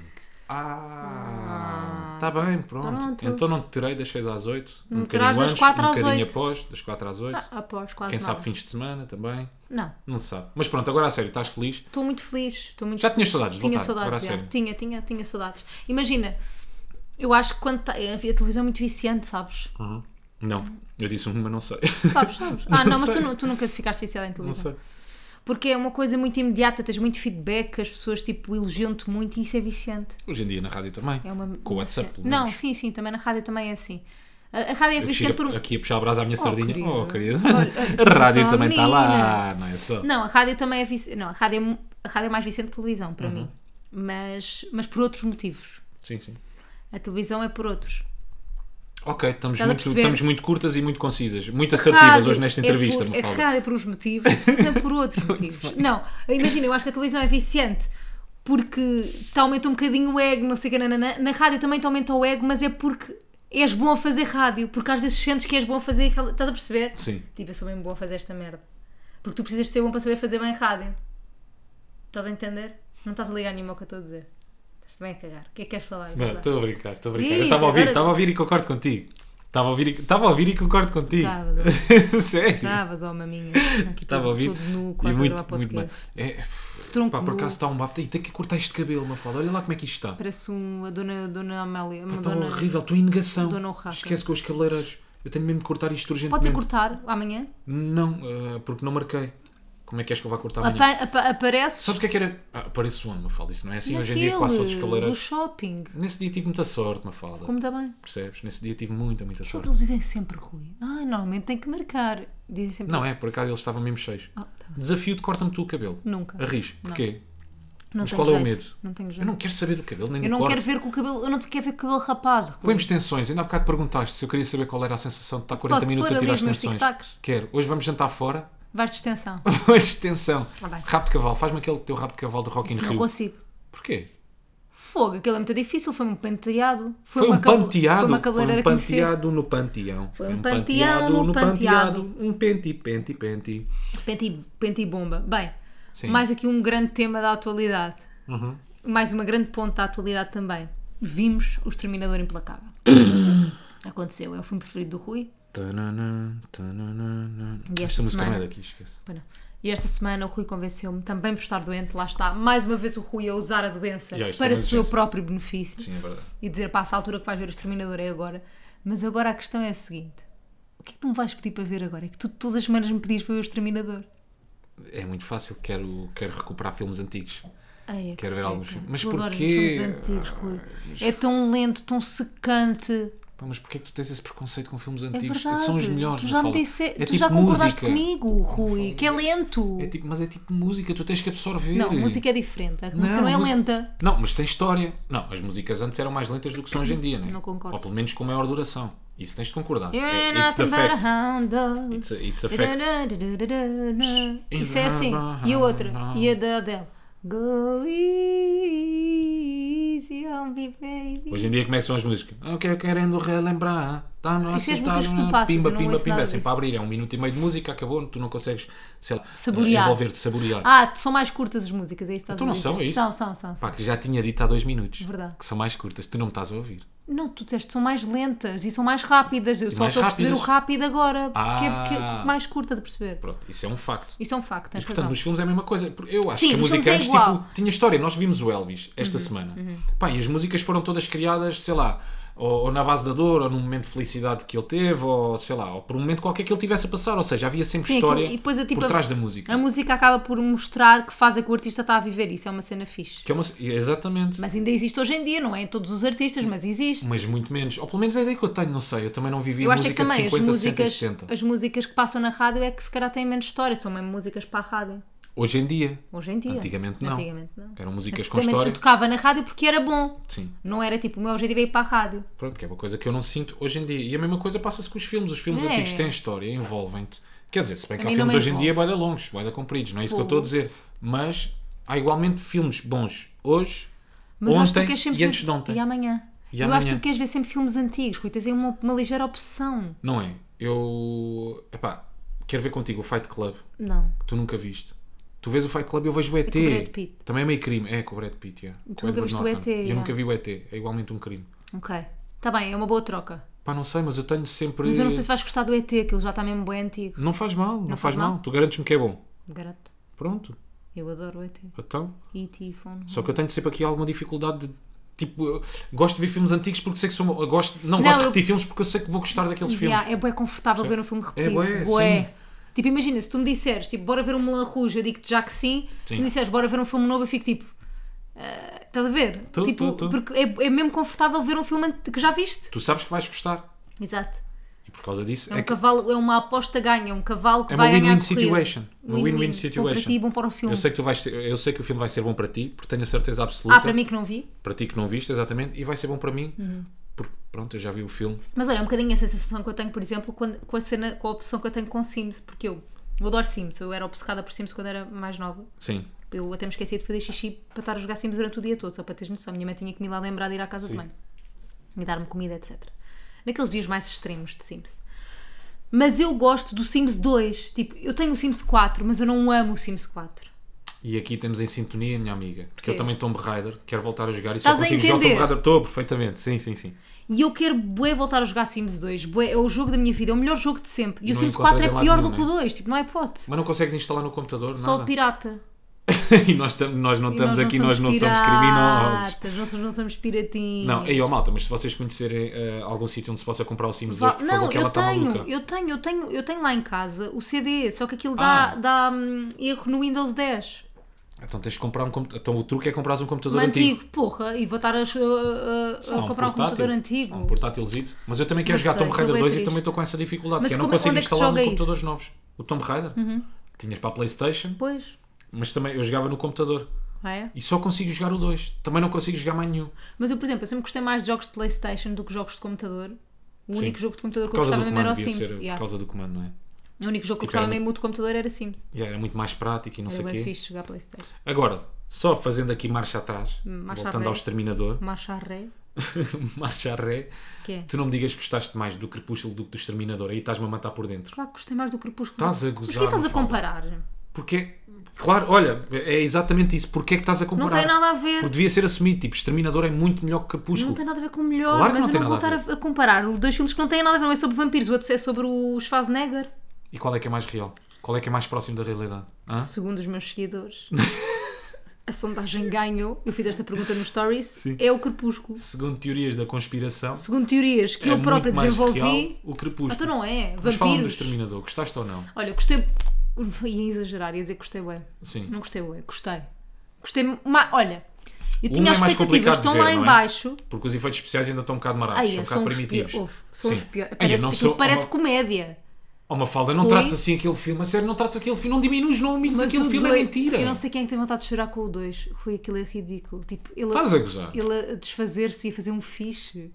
[SPEAKER 2] Ah, está bem, pronto.
[SPEAKER 1] Tá Pronto.
[SPEAKER 2] Então não te tirei das 6 às 8. Um
[SPEAKER 1] me terás
[SPEAKER 2] bocadinho
[SPEAKER 1] das
[SPEAKER 2] antes,
[SPEAKER 1] quatro
[SPEAKER 2] um
[SPEAKER 1] às
[SPEAKER 2] bocadinho
[SPEAKER 1] oito. Ah, tá
[SPEAKER 2] após, das 4 às 8.
[SPEAKER 1] Após quase
[SPEAKER 2] Ah. Quem
[SPEAKER 1] nada.
[SPEAKER 2] sabe fins de semana também.
[SPEAKER 1] Não,
[SPEAKER 2] Não se sabe. Mas pronto, agora a sério, estás feliz?
[SPEAKER 1] estou muito feliz. Estou muito
[SPEAKER 2] Já
[SPEAKER 1] feliz.
[SPEAKER 2] tinhas saudades de
[SPEAKER 1] Tinha
[SPEAKER 2] voltar, agora a
[SPEAKER 1] saudades, já.
[SPEAKER 2] sério.
[SPEAKER 1] tinha, tinha, tinha saudades. Imagina, eu acho que quando tá- a televisão é muito viciante, sabes?
[SPEAKER 2] Uhum. Não, eu disse um, mas não sei.
[SPEAKER 1] Sabes, sabes? Ah, não,
[SPEAKER 2] Não
[SPEAKER 1] mas tu,
[SPEAKER 2] sei.
[SPEAKER 1] nu- tu nunca ficaste viciada em
[SPEAKER 2] não
[SPEAKER 1] televisão.
[SPEAKER 2] sei.
[SPEAKER 1] Porque é uma coisa muito imediata, tens muito feedback, as pessoas tipo elogiam-te muito e isso é viciante.
[SPEAKER 2] Hoje em dia na rádio também.
[SPEAKER 1] É uma...
[SPEAKER 2] Com o WhatsApp, pelo
[SPEAKER 1] Não,
[SPEAKER 2] menos.
[SPEAKER 1] sim, sim, também na rádio também é assim. A, a rádio é
[SPEAKER 2] Eu chego
[SPEAKER 1] viciante por um.
[SPEAKER 2] Aqui a puxar a brasa à minha sardinha.
[SPEAKER 1] querido.
[SPEAKER 2] Oh, querido.
[SPEAKER 1] Olha,
[SPEAKER 2] a rádio
[SPEAKER 1] só a
[SPEAKER 2] também está lá,
[SPEAKER 1] menina.
[SPEAKER 2] não é só?
[SPEAKER 1] Não, a rádio também é viciante. Não, a rádio é, mu- a rádio é mais viciante que a televisão, para
[SPEAKER 2] Uhum.
[SPEAKER 1] mim. Mas, mas por outros motivos.
[SPEAKER 2] Sim, sim.
[SPEAKER 1] A televisão é por outros.
[SPEAKER 2] Ok, estamos
[SPEAKER 1] Estás a
[SPEAKER 2] muito,
[SPEAKER 1] perceber?
[SPEAKER 2] estamos muito curtas e muito concisas.
[SPEAKER 1] A
[SPEAKER 2] Muito assertivas
[SPEAKER 1] rádio
[SPEAKER 2] hoje nesta entrevista,
[SPEAKER 1] é por,
[SPEAKER 2] me
[SPEAKER 1] A
[SPEAKER 2] fala.
[SPEAKER 1] rádio é por uns motivos, a televisão é por outros motivos. Não, imagina, eu acho que a televisão é viciante. Porque te aumenta um bocadinho o ego, não sei o que, nananã. na rádio também te aumenta o ego, mas é porque és bom a fazer rádio, porque às vezes sentes que és bom a fazer aquela. Estás a perceber?
[SPEAKER 2] Sim.
[SPEAKER 1] Tipo, eu sou bem boa a fazer esta merda. Porque tu precisas de ser bom para saber fazer bem rádio. Estás a entender? Não estás a ligar nenhuma ao que eu estou a dizer. Estás bem a cagar. O que é que queres falar?
[SPEAKER 2] Não, estou a brincar, estou a brincar. eu
[SPEAKER 1] Diz,
[SPEAKER 2] estava a ouvir,
[SPEAKER 1] agora-
[SPEAKER 2] estava a ouvir e concordo contigo. Estava a ouvir e, estava a ouvir e concordo contigo. Sério.
[SPEAKER 1] Travas, ó maminha. Aqui
[SPEAKER 2] Estava a ouvir.
[SPEAKER 1] Tudo nu,
[SPEAKER 2] e
[SPEAKER 1] quase a gravar
[SPEAKER 2] muito, muito bem.
[SPEAKER 1] podcast.
[SPEAKER 2] É,
[SPEAKER 1] Tronco
[SPEAKER 2] pá, por
[SPEAKER 1] nu.
[SPEAKER 2] acaso está um bafo. Ih, Tem que cortar este cabelo, uma foda. Olha lá como é que isto está.
[SPEAKER 1] Parece um, a dona, a dona Amélia. Uma
[SPEAKER 2] Está
[SPEAKER 1] dona...
[SPEAKER 2] horrível, estou em negação.
[SPEAKER 1] Dona Urraca.
[SPEAKER 2] Esquece com os cabeleireiros. Eu tenho mesmo que cortar isto urgentemente.
[SPEAKER 1] Pode ir cortar amanhã?
[SPEAKER 2] Não, ah, porque não marquei. Como é que és que eu vou cortar amanhã?
[SPEAKER 1] Apa apa apareces
[SPEAKER 2] Sabes o que é que era? Ah, parece um, Mafalda, isso não é assim. Hoje em dia quase todos os
[SPEAKER 1] naquele do
[SPEAKER 2] cabeleireiros.
[SPEAKER 1] shopping.
[SPEAKER 2] Nesse dia tive muita sorte, Mafalda.
[SPEAKER 1] Como está bem?
[SPEAKER 2] Percebes? Nesse dia tive muita, muita
[SPEAKER 1] Só que
[SPEAKER 2] sorte.
[SPEAKER 1] eles dizem sempre Rui. Ah, normalmente tem que marcar. Dizem sempre
[SPEAKER 2] Não
[SPEAKER 1] isso.
[SPEAKER 2] é, por acaso eles estavam mesmo cheios.
[SPEAKER 1] Ah, tá bem.
[SPEAKER 2] Desafio de corta-me tu o cabelo.
[SPEAKER 1] Nunca.
[SPEAKER 2] Arrisco. Porquê?
[SPEAKER 1] Não
[SPEAKER 2] Mas
[SPEAKER 1] tenho
[SPEAKER 2] qual é o
[SPEAKER 1] jeito,
[SPEAKER 2] medo?
[SPEAKER 1] Não tenho jeito.
[SPEAKER 2] Eu não quero saber do cabelo, nem
[SPEAKER 1] Eu
[SPEAKER 2] do
[SPEAKER 1] não
[SPEAKER 2] corte.
[SPEAKER 1] quero ver com o cabelo, eu não te quero ver com o cabelo rapado. Rui.
[SPEAKER 2] Põe-me extensões. Ainda há bocado perguntaste se eu queria saber qual era a sensação de estar 40
[SPEAKER 1] Posso
[SPEAKER 2] minutos
[SPEAKER 1] pôr
[SPEAKER 2] a
[SPEAKER 1] ali
[SPEAKER 2] tirar
[SPEAKER 1] os meus
[SPEAKER 2] extensões.
[SPEAKER 1] tic-tacs?
[SPEAKER 2] Quero. Hoje vamos jantar fora.
[SPEAKER 1] Vais de extensão.
[SPEAKER 2] Põe extensão.
[SPEAKER 1] Tá bem.
[SPEAKER 2] rabo de cavalo. Faz-me aquele teu rabo de cavalo do Rock in
[SPEAKER 1] Isso não
[SPEAKER 2] Rio.
[SPEAKER 1] consigo.
[SPEAKER 2] Porquê?
[SPEAKER 1] Fogo, aquilo é muito difícil, foi um penteado.
[SPEAKER 2] Foi,
[SPEAKER 1] uma
[SPEAKER 2] um
[SPEAKER 1] cable-
[SPEAKER 2] panteado.
[SPEAKER 1] Foi uma
[SPEAKER 2] Foi
[SPEAKER 1] cabeleireira
[SPEAKER 2] um
[SPEAKER 1] que me fez.
[SPEAKER 2] panteado no panteão. Foi
[SPEAKER 1] um panteado no
[SPEAKER 2] Um pente, pente, pente.
[SPEAKER 1] Pente, pente e bomba. Bem,
[SPEAKER 2] Sim.
[SPEAKER 1] mais aqui um grande tema da atualidade. Mais uma grande ponte da atualidade também. Vimos O Exterminador Implacável. Aconteceu, é o filme preferido do Rui.
[SPEAKER 2] Tananã, tananã.
[SPEAKER 1] E esta
[SPEAKER 2] Esta música não é
[SPEAKER 1] semana?
[SPEAKER 2] daqui, esquece.
[SPEAKER 1] Pois não. E esta semana o Rui convenceu-me também por estar doente, lá está. Mais uma vez o Rui a usar a doença
[SPEAKER 2] Já, isto foi
[SPEAKER 1] para o
[SPEAKER 2] uma
[SPEAKER 1] seu
[SPEAKER 2] urgência.
[SPEAKER 1] próprio benefício.
[SPEAKER 2] Sim, é verdade.
[SPEAKER 1] E dizer, passa a altura que vais ver o Exterminador é agora. Mas agora a questão é a seguinte: o que é que tu me vais pedir para ver agora? É que tu todas as semanas me pedias para ver o Exterminador.
[SPEAKER 2] É muito fácil. Quero, quero recuperar filmes antigos.
[SPEAKER 1] Ai, é que
[SPEAKER 2] Quero ver
[SPEAKER 1] seca.
[SPEAKER 2] alguns filmes. Mas
[SPEAKER 1] Tu adoras os
[SPEAKER 2] porquê?
[SPEAKER 1] filmes antigos, Rui.
[SPEAKER 2] Ah,
[SPEAKER 1] É tão lento, tão secante.
[SPEAKER 2] Pá, mas porquê é que tu tens esse preconceito com filmes
[SPEAKER 1] É
[SPEAKER 2] antigos?
[SPEAKER 1] verdade.
[SPEAKER 2] São os melhores,
[SPEAKER 1] Tu
[SPEAKER 2] não
[SPEAKER 1] já, me
[SPEAKER 2] fala.
[SPEAKER 1] disse,
[SPEAKER 2] É
[SPEAKER 1] tu
[SPEAKER 2] tipo
[SPEAKER 1] já concordaste
[SPEAKER 2] música.
[SPEAKER 1] comigo, Rui, que é lento.
[SPEAKER 2] É tipo, mas é tipo música, tu tens que absorver.
[SPEAKER 1] Não, a música é diferente. A música não é
[SPEAKER 2] música-
[SPEAKER 1] lenta.
[SPEAKER 2] Não, mas tem história. Não, as músicas antes eram mais lentas do que são hoje em dia, né?
[SPEAKER 1] Não concordo.
[SPEAKER 2] Ou pelo menos com maior duração. Isso tens de concordar.
[SPEAKER 1] You're
[SPEAKER 2] É- It's the
[SPEAKER 1] nothing but a
[SPEAKER 2] fact.
[SPEAKER 1] hound dog.
[SPEAKER 2] It's a, it's a fact.
[SPEAKER 1] Fact. Isso é
[SPEAKER 2] It's
[SPEAKER 1] assim.
[SPEAKER 2] a-
[SPEAKER 1] E a outra? E a da Adele? Go easy on me, baby.
[SPEAKER 2] Hoje em dia, como é que são as músicas? Eu quero querendo relembrar. Tá no
[SPEAKER 1] Isso é as
[SPEAKER 2] aceitar,
[SPEAKER 1] músicas que tu
[SPEAKER 2] né?
[SPEAKER 1] passas,
[SPEAKER 2] Pimba,
[SPEAKER 1] eu não
[SPEAKER 2] pimba,
[SPEAKER 1] ouço
[SPEAKER 2] pimba.
[SPEAKER 1] nada
[SPEAKER 2] É sempre
[SPEAKER 1] disso.
[SPEAKER 2] a abrir. É um minuto e meio de música, acabou. Tu não consegues, sei lá, eh,
[SPEAKER 1] Saborear.
[SPEAKER 2] envolver-te, saborear.
[SPEAKER 1] Ah, são mais curtas as músicas, é isso que estás
[SPEAKER 2] Então
[SPEAKER 1] a
[SPEAKER 2] não
[SPEAKER 1] dizer.
[SPEAKER 2] são, é isso?
[SPEAKER 1] São, são, são. são.
[SPEAKER 2] Pá, que já tinha dito há dois minutos.
[SPEAKER 1] Verdade.
[SPEAKER 2] Que são mais curtas. Tu não me estás a ouvir.
[SPEAKER 1] Não, tu disseste são mais lentas e são mais rápidas. Eu só
[SPEAKER 2] mais
[SPEAKER 1] estou a perceber o
[SPEAKER 2] rápidas.
[SPEAKER 1] rápido agora, porque
[SPEAKER 2] Ah.
[SPEAKER 1] é porque é mais curta de perceber.
[SPEAKER 2] Pronto, isso é um facto.
[SPEAKER 1] Isso é um facto, tens
[SPEAKER 2] Portanto,
[SPEAKER 1] razão.
[SPEAKER 2] nos filmes é a mesma coisa. Porque Eu acho
[SPEAKER 1] Sim,
[SPEAKER 2] que a
[SPEAKER 1] nos
[SPEAKER 2] música
[SPEAKER 1] filmes é
[SPEAKER 2] antes,
[SPEAKER 1] igual. Uhum,
[SPEAKER 2] tipo, tinha história. Nós vimos o Elvis esta semana. Pá, e as músicas foram todas criadas, sei lá, ou, ou na base da dor, ou num momento de felicidade que ele teve, ou sei lá, ou por um momento qualquer que ele tivesse a passar. Ou seja, havia sempre
[SPEAKER 1] Sim, aquilo-
[SPEAKER 2] história
[SPEAKER 1] e depois é tipo
[SPEAKER 2] por
[SPEAKER 1] a-
[SPEAKER 2] trás da música.
[SPEAKER 1] A música acaba por mostrar que fase é que o artista está a viver. Isso é uma cena fixe.
[SPEAKER 2] Que é uma- Exatamente. Mas...
[SPEAKER 1] Mas ainda existe hoje em dia, não é? Em todos os artistas, mas existe.
[SPEAKER 2] muito menos. Ou pelo menos é a ideia que eu tenho, não sei. Eu também não vivi
[SPEAKER 1] eu acho é que
[SPEAKER 2] música de
[SPEAKER 1] também
[SPEAKER 2] 50,
[SPEAKER 1] as, músicas,
[SPEAKER 2] 60 e 70.
[SPEAKER 1] as músicas que passam na rádio é que se calhar têm menos história, são mesmo músicas para a rádio.
[SPEAKER 2] Hoje em dia.
[SPEAKER 1] Hoje em dia.
[SPEAKER 2] Antigamente não.
[SPEAKER 1] Antigamente não.
[SPEAKER 2] Eram músicas com
[SPEAKER 1] Também
[SPEAKER 2] história.
[SPEAKER 1] tu tocava na rádio porque era bom.
[SPEAKER 2] Sim.
[SPEAKER 1] Não era tipo, o meu objetivo é ir para a rádio.
[SPEAKER 2] Pronto, que é uma coisa que eu não sinto hoje em dia. E a mesma coisa passa-se com os filmes. Os filmes
[SPEAKER 1] É.
[SPEAKER 2] antigos têm história, envolvem-te. Quer dizer, se bem que há
[SPEAKER 1] mim não
[SPEAKER 2] filmes
[SPEAKER 1] me
[SPEAKER 2] hoje em
[SPEAKER 1] envolve.
[SPEAKER 2] dia vai dar longos, vai dar compridos, não é isso que eu estou
[SPEAKER 1] Fogo.
[SPEAKER 2] a dizer. Mas há igualmente filmes bons hoje,
[SPEAKER 1] Mas eu acho que tu
[SPEAKER 2] ontem
[SPEAKER 1] queres sempre
[SPEAKER 2] e antes
[SPEAKER 1] ver-
[SPEAKER 2] de ontem.
[SPEAKER 1] E amanhã.
[SPEAKER 2] E
[SPEAKER 1] eu acho que
[SPEAKER 2] amanhã.
[SPEAKER 1] tu queres ver sempre filmes antigos, Rui, tens aí uma, uma ligeira opção.
[SPEAKER 2] Não é? Eu. Epá, quero ver contigo o Fight Club,
[SPEAKER 1] Não.
[SPEAKER 2] que tu nunca viste. Tu vês o Fight Club e eu vejo o ET.
[SPEAKER 1] com o Brad Pitt.
[SPEAKER 2] Também é meio crime. É, com o Brad Pitt, yeah.
[SPEAKER 1] E tu
[SPEAKER 2] Com
[SPEAKER 1] nunca
[SPEAKER 2] Edward
[SPEAKER 1] viste o
[SPEAKER 2] Norton.
[SPEAKER 1] ET,
[SPEAKER 2] Eu
[SPEAKER 1] yeah.
[SPEAKER 2] nunca vi o ET. É igualmente um crime.
[SPEAKER 1] Ok. Está bem, é uma boa troca.
[SPEAKER 2] Pá, não sei, mas eu tenho sempre.
[SPEAKER 1] Mas eu não sei se vais gostar do ET, aquilo já está mesmo bem antigo.
[SPEAKER 2] Não faz mal, não, faz,
[SPEAKER 1] faz
[SPEAKER 2] mal.
[SPEAKER 1] mal?
[SPEAKER 2] Tu garantes-me que é bom.
[SPEAKER 1] Garanto.
[SPEAKER 2] Pronto,
[SPEAKER 1] Eu adoro o ET.
[SPEAKER 2] então.
[SPEAKER 1] E.T. Phone.
[SPEAKER 2] Só que eu tenho sempre aqui alguma dificuldade de. Tipo, eu gosto de ver filmes antigos porque sei que sou. eu gosto, não,
[SPEAKER 1] Não,
[SPEAKER 2] gosto de
[SPEAKER 1] eu-
[SPEAKER 2] repetir filmes porque eu sei que vou gostar daqueles filmes.
[SPEAKER 1] Yeah, é bué confortável
[SPEAKER 2] Sim.
[SPEAKER 1] ver um filme repetido.
[SPEAKER 2] bué,
[SPEAKER 1] bué.
[SPEAKER 2] sim.
[SPEAKER 1] Tipo, imagina, se tu me disseres, tipo, bora ver um Moulin Rouge, eu digo-te já que sim. Se
[SPEAKER 2] Sim.
[SPEAKER 1] me disseres, bora ver um filme novo, eu fico tipo... ah, estás a ver?
[SPEAKER 2] Tô,
[SPEAKER 1] tipo,
[SPEAKER 2] tô, tô.
[SPEAKER 1] Porque é, é mesmo confortável ver um filme ante- que já viste.
[SPEAKER 2] Tu sabes que vais gostar.
[SPEAKER 1] Exato.
[SPEAKER 2] E por causa disso
[SPEAKER 1] É
[SPEAKER 2] é,
[SPEAKER 1] um
[SPEAKER 2] que
[SPEAKER 1] cavalo, é uma aposta ganha, é um cavalo que
[SPEAKER 2] é uma
[SPEAKER 1] vai ganhar
[SPEAKER 2] win-win
[SPEAKER 1] a corrida.
[SPEAKER 2] situation. Uma win-win
[SPEAKER 1] Bom para ti e
[SPEAKER 2] situation.
[SPEAKER 1] bom para o filme.
[SPEAKER 2] Eu sei, que tu vais ser- eu sei que o filme vai ser bom para ti, porque tenho a certeza absoluta.
[SPEAKER 1] Ah, para mim Uhum. que não vi.
[SPEAKER 2] para ti que não viste, exatamente. E vai ser bom para mim, porque pronto, eu já vi o filme.
[SPEAKER 1] Mas olha, é um bocadinho essa sensação que eu tenho, por exemplo, quando, com a cena, com a opção que eu tenho com Sims, porque eu, eu adoro Sims, eu era obcecada por Sims quando era mais nova.
[SPEAKER 2] Sim.
[SPEAKER 1] Eu até me esqueci de fazer xixi para estar a jogar Sims durante o dia todo, só para teres noção. Minha mãe tinha que me ir lá lembrar de ir à casa de
[SPEAKER 2] Sim.
[SPEAKER 1] banho e dar-me comida, etc. Naqueles dias mais extremos de Sims. Mas eu gosto do Sims 2. Tipo, eu tenho o Sims 4, mas eu não amo o Sims 4.
[SPEAKER 2] E aqui temos em sintonia, minha amiga. Porque eu
[SPEAKER 1] Quê?
[SPEAKER 2] também Tomb Raider, quero voltar a jogar e
[SPEAKER 1] Estás
[SPEAKER 2] só
[SPEAKER 1] a
[SPEAKER 2] consigo jogar o Tomb
[SPEAKER 1] entender?
[SPEAKER 2] Raider. Estou, perfeitamente. Sim, sim, sim.
[SPEAKER 1] E eu quero bué voltar a jogar Sims 2. Bué, é o jogo da minha vida, é o melhor jogo de sempre. E o
[SPEAKER 2] Não
[SPEAKER 1] Sims
[SPEAKER 2] encontras
[SPEAKER 1] 4 é
[SPEAKER 2] em lado
[SPEAKER 1] pior do
[SPEAKER 2] nenhum,
[SPEAKER 1] que o 2, tipo, não é hipótese.
[SPEAKER 2] Mas não consegues instalar no computador?
[SPEAKER 1] Só
[SPEAKER 2] nada?
[SPEAKER 1] o pirata.
[SPEAKER 2] e nós, tam- nós não
[SPEAKER 1] E
[SPEAKER 2] estamos aqui,
[SPEAKER 1] não
[SPEAKER 2] nós não somos criminosos.
[SPEAKER 1] piratas, Nós não somos piratinhos.
[SPEAKER 2] Não, é ó malta, mas se vocês conhecerem eh, algum sítio onde se possa comprar o Sims 2,
[SPEAKER 1] Vá-
[SPEAKER 2] por favor,
[SPEAKER 1] Não,
[SPEAKER 2] que ela
[SPEAKER 1] eu
[SPEAKER 2] está
[SPEAKER 1] tenho,
[SPEAKER 2] maluca.
[SPEAKER 1] eu tenho, eu tenho, eu tenho lá em casa o CD, só que aquilo dá,
[SPEAKER 2] Ah.
[SPEAKER 1] dá hum, erro no Windows 10.
[SPEAKER 2] Então tens de comprar um computador. Então o truque é comprar um computador
[SPEAKER 1] antigo,
[SPEAKER 2] antigo.
[SPEAKER 1] porra, e vou estar a, a- a-
[SPEAKER 2] Sei lá,
[SPEAKER 1] a comprar um,
[SPEAKER 2] portátil.
[SPEAKER 1] computador
[SPEAKER 2] Ou Um
[SPEAKER 1] antigo.
[SPEAKER 2] portátilzito. Mas eu também quero
[SPEAKER 1] Não
[SPEAKER 2] jogar
[SPEAKER 1] sei,
[SPEAKER 2] Tomb Raider
[SPEAKER 1] aquilo é
[SPEAKER 2] 2 e
[SPEAKER 1] triste.
[SPEAKER 2] também estou com essa dificuldade.
[SPEAKER 1] Mas
[SPEAKER 2] que eu não
[SPEAKER 1] como-
[SPEAKER 2] consigo
[SPEAKER 1] onde é que se
[SPEAKER 2] instalar um
[SPEAKER 1] joga
[SPEAKER 2] no computadores
[SPEAKER 1] isso? Uhum.
[SPEAKER 2] novos. O Tomb Raider? Tinhas para a Playstation,
[SPEAKER 1] Pois,
[SPEAKER 2] mas também eu jogava no computador.
[SPEAKER 1] Ah, é?
[SPEAKER 2] E só consigo jogar o 2. Também não consigo jogar mais nenhum.
[SPEAKER 1] Mas eu, por exemplo, eu sempre gostei mais de jogos de Playstation do que jogos de computador. O
[SPEAKER 2] Sim.
[SPEAKER 1] único jogo de computador que
[SPEAKER 2] Por
[SPEAKER 1] eu
[SPEAKER 2] causa
[SPEAKER 1] gostava
[SPEAKER 2] do
[SPEAKER 1] mesmo era
[SPEAKER 2] comando,
[SPEAKER 1] o
[SPEAKER 2] devia
[SPEAKER 1] Sims.
[SPEAKER 2] ser
[SPEAKER 1] yeah.
[SPEAKER 2] por causa do comando, não é?
[SPEAKER 1] O único jogo que eu
[SPEAKER 2] Tipo,
[SPEAKER 1] gostava
[SPEAKER 2] era
[SPEAKER 1] mesmo muito de computador era Sims.
[SPEAKER 2] Yeah, era muito mais prático e não
[SPEAKER 1] Era
[SPEAKER 2] sei o
[SPEAKER 1] bem
[SPEAKER 2] quê.
[SPEAKER 1] fixe jogar Playstation.
[SPEAKER 2] Agora, só fazendo aqui marcha atrás,
[SPEAKER 1] Marcha
[SPEAKER 2] voltando
[SPEAKER 1] à
[SPEAKER 2] ao
[SPEAKER 1] ré.
[SPEAKER 2] Exterminador,
[SPEAKER 1] Marcha a ré.
[SPEAKER 2] marcha a ré,
[SPEAKER 1] Que é?
[SPEAKER 2] tu não me digas que gostaste mais do Crepúsculo do que do Exterminador, aí estás-me a matar por dentro.
[SPEAKER 1] Claro que gostei mais do Crepúsculo.
[SPEAKER 2] Estás a
[SPEAKER 1] Mas
[SPEAKER 2] gozar,
[SPEAKER 1] porquê estás a
[SPEAKER 2] Mafalda?
[SPEAKER 1] comparar?
[SPEAKER 2] Porque, claro, olha, é exatamente isso. Porquê é que estás a
[SPEAKER 1] Não
[SPEAKER 2] comparar?
[SPEAKER 1] tem nada a ver.
[SPEAKER 2] Porque devia ser assumido, tipo, Exterminador é muito melhor que
[SPEAKER 1] Não
[SPEAKER 2] Crepúsculo.
[SPEAKER 1] tem nada a ver com o melhor,
[SPEAKER 2] Claro que
[SPEAKER 1] mas
[SPEAKER 2] não
[SPEAKER 1] eu
[SPEAKER 2] tem
[SPEAKER 1] não vou
[SPEAKER 2] nada a
[SPEAKER 1] estar a, a comparar. Os dois filmes que não têm nada a ver, um é sobre vampiros, o outro é sobre o Schwarzenegger,
[SPEAKER 2] E qual é que é mais real? Qual é que é mais próximo da realidade? Hã?
[SPEAKER 1] segundo os meus seguidores. a sondagem ganhou, eu fiz esta pergunta no Stories,
[SPEAKER 2] Sim.
[SPEAKER 1] é o Crepúsculo.
[SPEAKER 2] Segundo teorias da conspiração,
[SPEAKER 1] Segundo teorias que
[SPEAKER 2] é
[SPEAKER 1] eu própria
[SPEAKER 2] muito mais
[SPEAKER 1] desenvolvi,
[SPEAKER 2] real o
[SPEAKER 1] Ah,
[SPEAKER 2] Crepúsculo.
[SPEAKER 1] então não é,
[SPEAKER 2] Mas fala-me do
[SPEAKER 1] vampiros.
[SPEAKER 2] Exterminador, gostaste ou não?
[SPEAKER 1] Olha, eu gostei, ia exagerar, ia dizer que gostei bem.
[SPEAKER 2] Sim.
[SPEAKER 1] Não gostei bem, gostei. Gostei, ma... olha, eu
[SPEAKER 2] Um
[SPEAKER 1] tinha as
[SPEAKER 2] é mais
[SPEAKER 1] expectativas,
[SPEAKER 2] complicado de
[SPEAKER 1] estão
[SPEAKER 2] ver,
[SPEAKER 1] lá
[SPEAKER 2] não
[SPEAKER 1] em
[SPEAKER 2] é?
[SPEAKER 1] baixo.
[SPEAKER 2] Porque os efeitos especiais ainda estão um bocado marados,
[SPEAKER 1] Ai,
[SPEAKER 2] são um
[SPEAKER 1] são
[SPEAKER 2] bocado
[SPEAKER 1] os
[SPEAKER 2] primitivos.
[SPEAKER 1] piores. Ouve, São os
[SPEAKER 2] Sim.
[SPEAKER 1] piores.
[SPEAKER 2] Ai,
[SPEAKER 1] um Parece,
[SPEAKER 2] eu não
[SPEAKER 1] aquilo
[SPEAKER 2] sou-
[SPEAKER 1] parece
[SPEAKER 2] oh,
[SPEAKER 1] comédia.
[SPEAKER 2] Oh, Mafalda, não
[SPEAKER 1] Rui?
[SPEAKER 2] trates assim aquele filme, a sério, não trates aquele filme, não diminuis, não humilhes aquele
[SPEAKER 1] o
[SPEAKER 2] filme,
[SPEAKER 1] dois-
[SPEAKER 2] é mentira.
[SPEAKER 1] Eu não sei quem é que tem vontade de chorar com o 2. Rui, aquilo é ridículo. Tipo, ele,
[SPEAKER 2] Estás a gozar,
[SPEAKER 1] ele a desfazer-se e a fazer um fixe.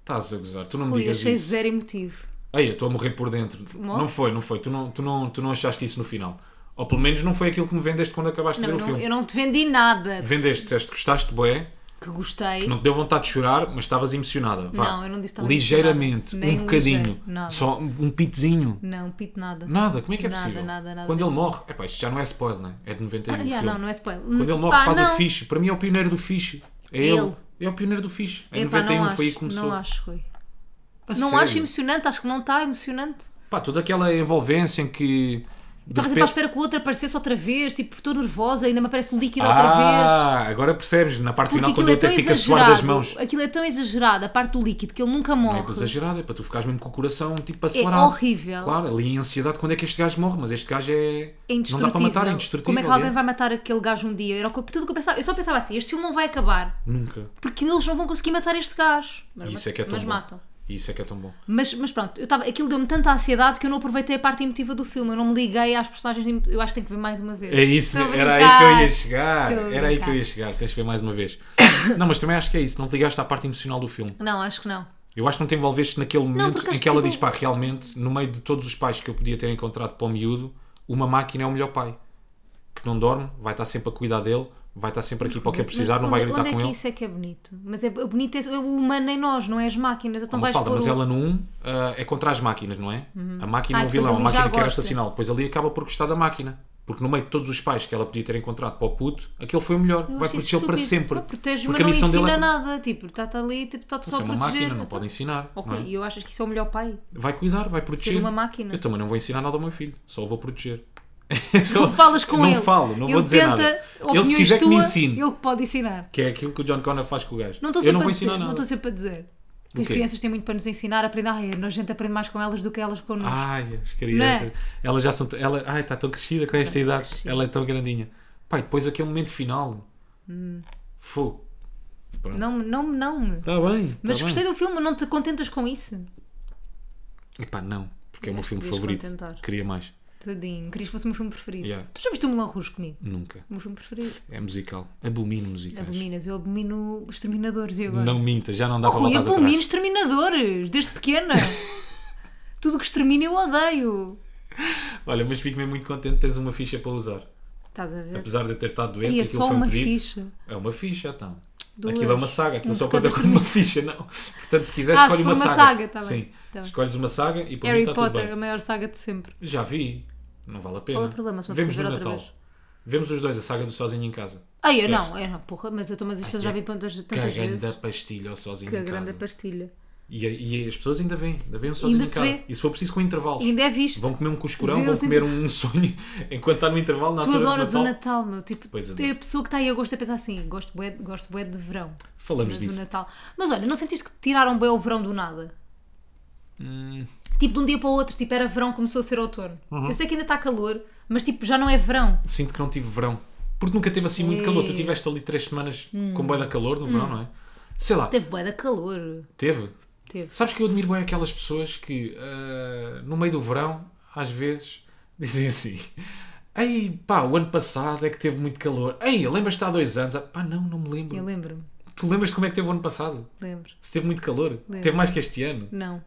[SPEAKER 2] estás a gozar, tu não me
[SPEAKER 1] Rui,
[SPEAKER 2] digas
[SPEAKER 1] achei
[SPEAKER 2] isso.
[SPEAKER 1] zero emotivo.
[SPEAKER 2] Ei, eu estou a morrer por dentro.
[SPEAKER 1] Morre?
[SPEAKER 2] Não foi, não foi, tu não, tu, não, tu não achaste isso no final. Ou pelo menos não foi aquilo que me vendeste quando acabaste
[SPEAKER 1] Não,
[SPEAKER 2] de
[SPEAKER 1] eu
[SPEAKER 2] ver o
[SPEAKER 1] não,
[SPEAKER 2] filme.
[SPEAKER 1] eu não te vendi nada
[SPEAKER 2] Vendeste, disseste que gostaste, boé,
[SPEAKER 1] que gostei.
[SPEAKER 2] não te deu vontade de chorar, mas estavas emocionada. Vá.
[SPEAKER 1] Não, eu não disse que estava
[SPEAKER 2] Ligeiramente,
[SPEAKER 1] emocionada. Nem
[SPEAKER 2] um bocadinho,
[SPEAKER 1] ligeiro, nada.
[SPEAKER 2] só um pitozinho.
[SPEAKER 1] Não, pito nada.
[SPEAKER 2] Nada, como é que é
[SPEAKER 1] Nada,
[SPEAKER 2] possível?
[SPEAKER 1] nada, nada
[SPEAKER 2] Quando ele
[SPEAKER 1] deste-
[SPEAKER 2] morre, epá, isto já não é spoiler, né? é de 91
[SPEAKER 1] Ah,
[SPEAKER 2] o
[SPEAKER 1] yeah,
[SPEAKER 2] filme.
[SPEAKER 1] não, não é spoiler.
[SPEAKER 2] Quando ele morre
[SPEAKER 1] Pá,
[SPEAKER 2] faz
[SPEAKER 1] não.
[SPEAKER 2] o fixe. Para mim é o pioneiro do fixe. É ele.
[SPEAKER 1] Ele.
[SPEAKER 2] É o pioneiro do fixe. Em
[SPEAKER 1] Epá,
[SPEAKER 2] 91
[SPEAKER 1] não
[SPEAKER 2] foi aí
[SPEAKER 1] acho,
[SPEAKER 2] que começou.
[SPEAKER 1] Não acho, Rui.
[SPEAKER 2] A
[SPEAKER 1] Não
[SPEAKER 2] sério.
[SPEAKER 1] acho emocionante, acho que não está emocionante.
[SPEAKER 2] Pá, toda aquela envolvência em que... De
[SPEAKER 1] Estava sempre à
[SPEAKER 2] repente...
[SPEAKER 1] espera que o outro aparecesse outra vez, tipo, estou nervosa, ainda me aparece o líquido outra vez.
[SPEAKER 2] Ah, agora percebes. Na parte
[SPEAKER 1] Porque
[SPEAKER 2] final,
[SPEAKER 1] aquilo
[SPEAKER 2] quando
[SPEAKER 1] é
[SPEAKER 2] ele
[SPEAKER 1] tão
[SPEAKER 2] até fica a suar das
[SPEAKER 1] exagerado,
[SPEAKER 2] mãos.
[SPEAKER 1] aquilo é tão exagerado, a parte do líquido, que ele nunca
[SPEAKER 2] Não
[SPEAKER 1] morre.
[SPEAKER 2] é para exagerar, é para tu ficares mesmo com o coração
[SPEAKER 1] É
[SPEAKER 2] tipo acelerado.
[SPEAKER 1] horrível,
[SPEAKER 2] Claro, ali em ansiedade, quando é que este gajo morre? Mas este gajo é...
[SPEAKER 1] é
[SPEAKER 2] não
[SPEAKER 1] indestrutível.
[SPEAKER 2] dá para matar, é indestrutível.
[SPEAKER 1] Como é que alguém
[SPEAKER 2] é.
[SPEAKER 1] vai matar aquele gajo um dia? Era o que- tudo o que eu pensava. Eu só pensava assim, este filme não vai acabar,
[SPEAKER 2] Nunca.
[SPEAKER 1] porque eles não vão conseguir matar este gajo. Mas,
[SPEAKER 2] E isso é que é tão
[SPEAKER 1] mas
[SPEAKER 2] bom.
[SPEAKER 1] matam.
[SPEAKER 2] E isso é que é tão bom.
[SPEAKER 1] Mas, mas pronto, eu tava, aquilo deu-me tanta ansiedade que eu não aproveitei a parte emotiva do filme. Eu não me liguei às personagens. emo- Eu acho que tenho que ver mais uma vez.
[SPEAKER 2] É isso,
[SPEAKER 1] Estou a
[SPEAKER 2] era aí que eu ia
[SPEAKER 1] brincar.
[SPEAKER 2] chegar.
[SPEAKER 1] Estou a
[SPEAKER 2] Era aí que eu ia
[SPEAKER 1] brincar.
[SPEAKER 2] chegar. Tens de ver mais uma vez. não, mas também acho que é isso. Não te ligaste à parte emocional do filme.
[SPEAKER 1] Não, acho que não.
[SPEAKER 2] Eu acho que não te envolveste naquele momento
[SPEAKER 1] porque
[SPEAKER 2] em
[SPEAKER 1] acho
[SPEAKER 2] que ela
[SPEAKER 1] que- tipo
[SPEAKER 2] diz: pá, realmente, no meio de todos os pais que eu podia ter encontrado para o miúdo, uma máquina é o melhor pai. Que não dorme, vai estar sempre a cuidar dele, vai estar sempre aqui para o que é
[SPEAKER 1] Mas
[SPEAKER 2] precisar, não vai
[SPEAKER 1] onde,
[SPEAKER 2] gritar
[SPEAKER 1] onde
[SPEAKER 2] com
[SPEAKER 1] é que
[SPEAKER 2] ele.
[SPEAKER 1] isso é que é bonito? Mas é bonito é, é o humano em nós, não é as máquinas. Então
[SPEAKER 2] Uma
[SPEAKER 1] vais
[SPEAKER 2] falda,
[SPEAKER 1] pôr
[SPEAKER 2] Oh, mas
[SPEAKER 1] o-
[SPEAKER 2] ela no 1 é contra as máquinas, não é? A máquina
[SPEAKER 1] Ah,
[SPEAKER 2] é um
[SPEAKER 1] depois
[SPEAKER 2] vilão, a
[SPEAKER 1] ali
[SPEAKER 2] máquina
[SPEAKER 1] já
[SPEAKER 2] quer
[SPEAKER 1] gosta.
[SPEAKER 2] assassiná-lo. Depois ali acaba por gostar da máquina. Porque no meio de todos os pais que ela podia ter encontrado para o puto, aquele foi o melhor.
[SPEAKER 1] Eu
[SPEAKER 2] Vai
[SPEAKER 1] acho isso
[SPEAKER 2] protegê-lo para
[SPEAKER 1] estúpido.
[SPEAKER 2] sempre.
[SPEAKER 1] Ah, protege,
[SPEAKER 2] porque a
[SPEAKER 1] mas
[SPEAKER 2] missão
[SPEAKER 1] não
[SPEAKER 2] dele
[SPEAKER 1] ensina
[SPEAKER 2] é.
[SPEAKER 1] nada. Tipo, está-te ali, tipo, está-te
[SPEAKER 2] Isso
[SPEAKER 1] só
[SPEAKER 2] é
[SPEAKER 1] a
[SPEAKER 2] uma
[SPEAKER 1] proteger.
[SPEAKER 2] máquina, não
[SPEAKER 1] Então-
[SPEAKER 2] pode ensinar.
[SPEAKER 1] Oh,
[SPEAKER 2] não é?
[SPEAKER 1] Rui, eu acho que isso é o melhor pai.
[SPEAKER 2] Vai cuidar, vai proteger.
[SPEAKER 1] uma máquina.
[SPEAKER 2] Eu também não vou ensinar nada ao meu filho, só o vou proteger.
[SPEAKER 1] Tu falas com
[SPEAKER 2] não
[SPEAKER 1] ele.
[SPEAKER 2] falo, não
[SPEAKER 1] ele
[SPEAKER 2] vou dizer
[SPEAKER 1] tenta
[SPEAKER 2] nada. Ele
[SPEAKER 1] opiniões
[SPEAKER 2] se quiser que
[SPEAKER 1] tua,
[SPEAKER 2] me ensine,
[SPEAKER 1] Ele que pode ensinar.
[SPEAKER 2] que é aquilo que o John Connor faz com o gajo.
[SPEAKER 1] Não estou
[SPEAKER 2] eu
[SPEAKER 1] sempre,
[SPEAKER 2] não vou
[SPEAKER 1] a dizer-
[SPEAKER 2] ensinar
[SPEAKER 1] não
[SPEAKER 2] nada.
[SPEAKER 1] estou sempre a dizer. Que
[SPEAKER 2] O
[SPEAKER 1] as
[SPEAKER 2] quê?
[SPEAKER 1] crianças têm muito para nos ensinar, aprender. Ai, a gente aprende mais com elas do que elas connosco.
[SPEAKER 2] Ai, as crianças.
[SPEAKER 1] Não é? Tá
[SPEAKER 2] Elas já são. t- Ela, ai, está tão crescida com esta idade.
[SPEAKER 1] crescida.
[SPEAKER 2] Ela é tão grandinha. Pai, depois aquele momento final.
[SPEAKER 1] Hum.
[SPEAKER 2] Fogo.
[SPEAKER 1] Não, me- não, me- não. me.
[SPEAKER 2] Está bem. Ah. tá
[SPEAKER 1] Mas
[SPEAKER 2] bem.
[SPEAKER 1] gostei do filme, não te contentas com isso?
[SPEAKER 2] Epá, não. Porque é o meu
[SPEAKER 1] Mas
[SPEAKER 2] filme
[SPEAKER 1] podias
[SPEAKER 2] favorito.
[SPEAKER 1] contentar.
[SPEAKER 2] Queria mais.
[SPEAKER 1] Tadinho, querias que fosse o meu filme preferido.
[SPEAKER 2] Yeah.
[SPEAKER 1] Tu já viste o Melão Russo comigo?
[SPEAKER 2] Nunca.
[SPEAKER 1] O meu filme preferido.
[SPEAKER 2] É musical. Abomino musicais.
[SPEAKER 1] Abominas, eu abomino exterminadores e agora?
[SPEAKER 2] Não minta, já não dá
[SPEAKER 1] Oh,
[SPEAKER 2] para
[SPEAKER 1] Rui,
[SPEAKER 2] voltar
[SPEAKER 1] eu abomino
[SPEAKER 2] atrás.
[SPEAKER 1] exterminadores, desde pequena. Tudo o que extermina eu odeio.
[SPEAKER 2] Olha, mas fico mesmo muito contente, tens uma ficha para usar.
[SPEAKER 1] Estás a ver?
[SPEAKER 2] Apesar de eu ter estado doente,
[SPEAKER 1] Aí é
[SPEAKER 2] aquilo
[SPEAKER 1] só
[SPEAKER 2] foi um
[SPEAKER 1] uma
[SPEAKER 2] pedido.
[SPEAKER 1] ficha.
[SPEAKER 2] É uma ficha, então.
[SPEAKER 1] Duas.
[SPEAKER 2] Aquilo é uma saga, aquilo
[SPEAKER 1] Um
[SPEAKER 2] só
[SPEAKER 1] de
[SPEAKER 2] conta
[SPEAKER 1] cada
[SPEAKER 2] como uma ficha, não. Portanto, se quiseres,
[SPEAKER 1] Ah, se
[SPEAKER 2] escolhe
[SPEAKER 1] for
[SPEAKER 2] uma,
[SPEAKER 1] uma
[SPEAKER 2] saga.
[SPEAKER 1] saga, tá bem,
[SPEAKER 2] Sim.
[SPEAKER 1] tá bem.
[SPEAKER 2] Escolhes uma saga e por mim
[SPEAKER 1] Harry
[SPEAKER 2] está tudo
[SPEAKER 1] Potter,
[SPEAKER 2] bem.
[SPEAKER 1] a maior saga de sempre.
[SPEAKER 2] Já vi. Não vale a pena.
[SPEAKER 1] Qual é o problema se uma
[SPEAKER 2] Vemos
[SPEAKER 1] pessoa
[SPEAKER 2] no
[SPEAKER 1] ver outra
[SPEAKER 2] Natal.
[SPEAKER 1] vez?
[SPEAKER 2] Vemos os dois a saga do Sozinho em Casa.
[SPEAKER 1] Ah, eu
[SPEAKER 2] Queres?
[SPEAKER 1] não, eu não, porra, mas eu, tô- mas isto eu já vi tantas,
[SPEAKER 2] Que
[SPEAKER 1] tantas vezes.
[SPEAKER 2] grande pastilha ao Sozinho
[SPEAKER 1] Que
[SPEAKER 2] em
[SPEAKER 1] grande
[SPEAKER 2] Casa.
[SPEAKER 1] pastilha.
[SPEAKER 2] E, e as pessoas ainda vêm, ainda vêm o Sozinho
[SPEAKER 1] Ainda
[SPEAKER 2] em
[SPEAKER 1] se
[SPEAKER 2] Casa.
[SPEAKER 1] vê.
[SPEAKER 2] E se for preciso, com intervalos.
[SPEAKER 1] E ainda é visto.
[SPEAKER 2] Vão comer um cuscurão,
[SPEAKER 1] Vê
[SPEAKER 2] vão
[SPEAKER 1] os
[SPEAKER 2] comer um sonho enquanto está no intervalo. Na
[SPEAKER 1] Tu
[SPEAKER 2] altura do
[SPEAKER 1] adoras o
[SPEAKER 2] Natal.
[SPEAKER 1] Natal, meu. Tipo,
[SPEAKER 2] Pois
[SPEAKER 1] tu é a pessoa que está aí a gosto a pensar assim: gosto bué, gosto bué de verão.
[SPEAKER 2] Falamos
[SPEAKER 1] Mas o
[SPEAKER 2] disso.
[SPEAKER 1] Natal. Mas olha, não sentiste que tiraram bem o verão do nada?
[SPEAKER 2] Hum, Uhum.
[SPEAKER 1] Tipo, de um dia para o outro, tipo, era verão, começou a ser outono. Eu sei que ainda está calor, mas tipo, já não é verão.
[SPEAKER 2] sinto que não tive verão. Porque nunca teve assim muito
[SPEAKER 1] Ei.
[SPEAKER 2] calor. Tu tiveste ali três semanas com boia da calor no verão, não é? Sei lá,
[SPEAKER 1] Hum. Teve bué da calor.
[SPEAKER 2] teve.
[SPEAKER 1] Teve.
[SPEAKER 2] Sabes que eu admiro bem aquelas pessoas que ah, no meio do verão, às vezes, dizem assim: Ei, pá, o ano passado é que teve muito calor. Ei, lembras-te há dois anos? Ah, Pá, não, não me lembro.
[SPEAKER 1] Eu lembro-me,
[SPEAKER 2] Tu lembras-te como é que teve o ano passado?
[SPEAKER 1] lembro.
[SPEAKER 2] Se teve muito calor?
[SPEAKER 1] Lembro.
[SPEAKER 2] Teve mais que este ano?
[SPEAKER 1] Não,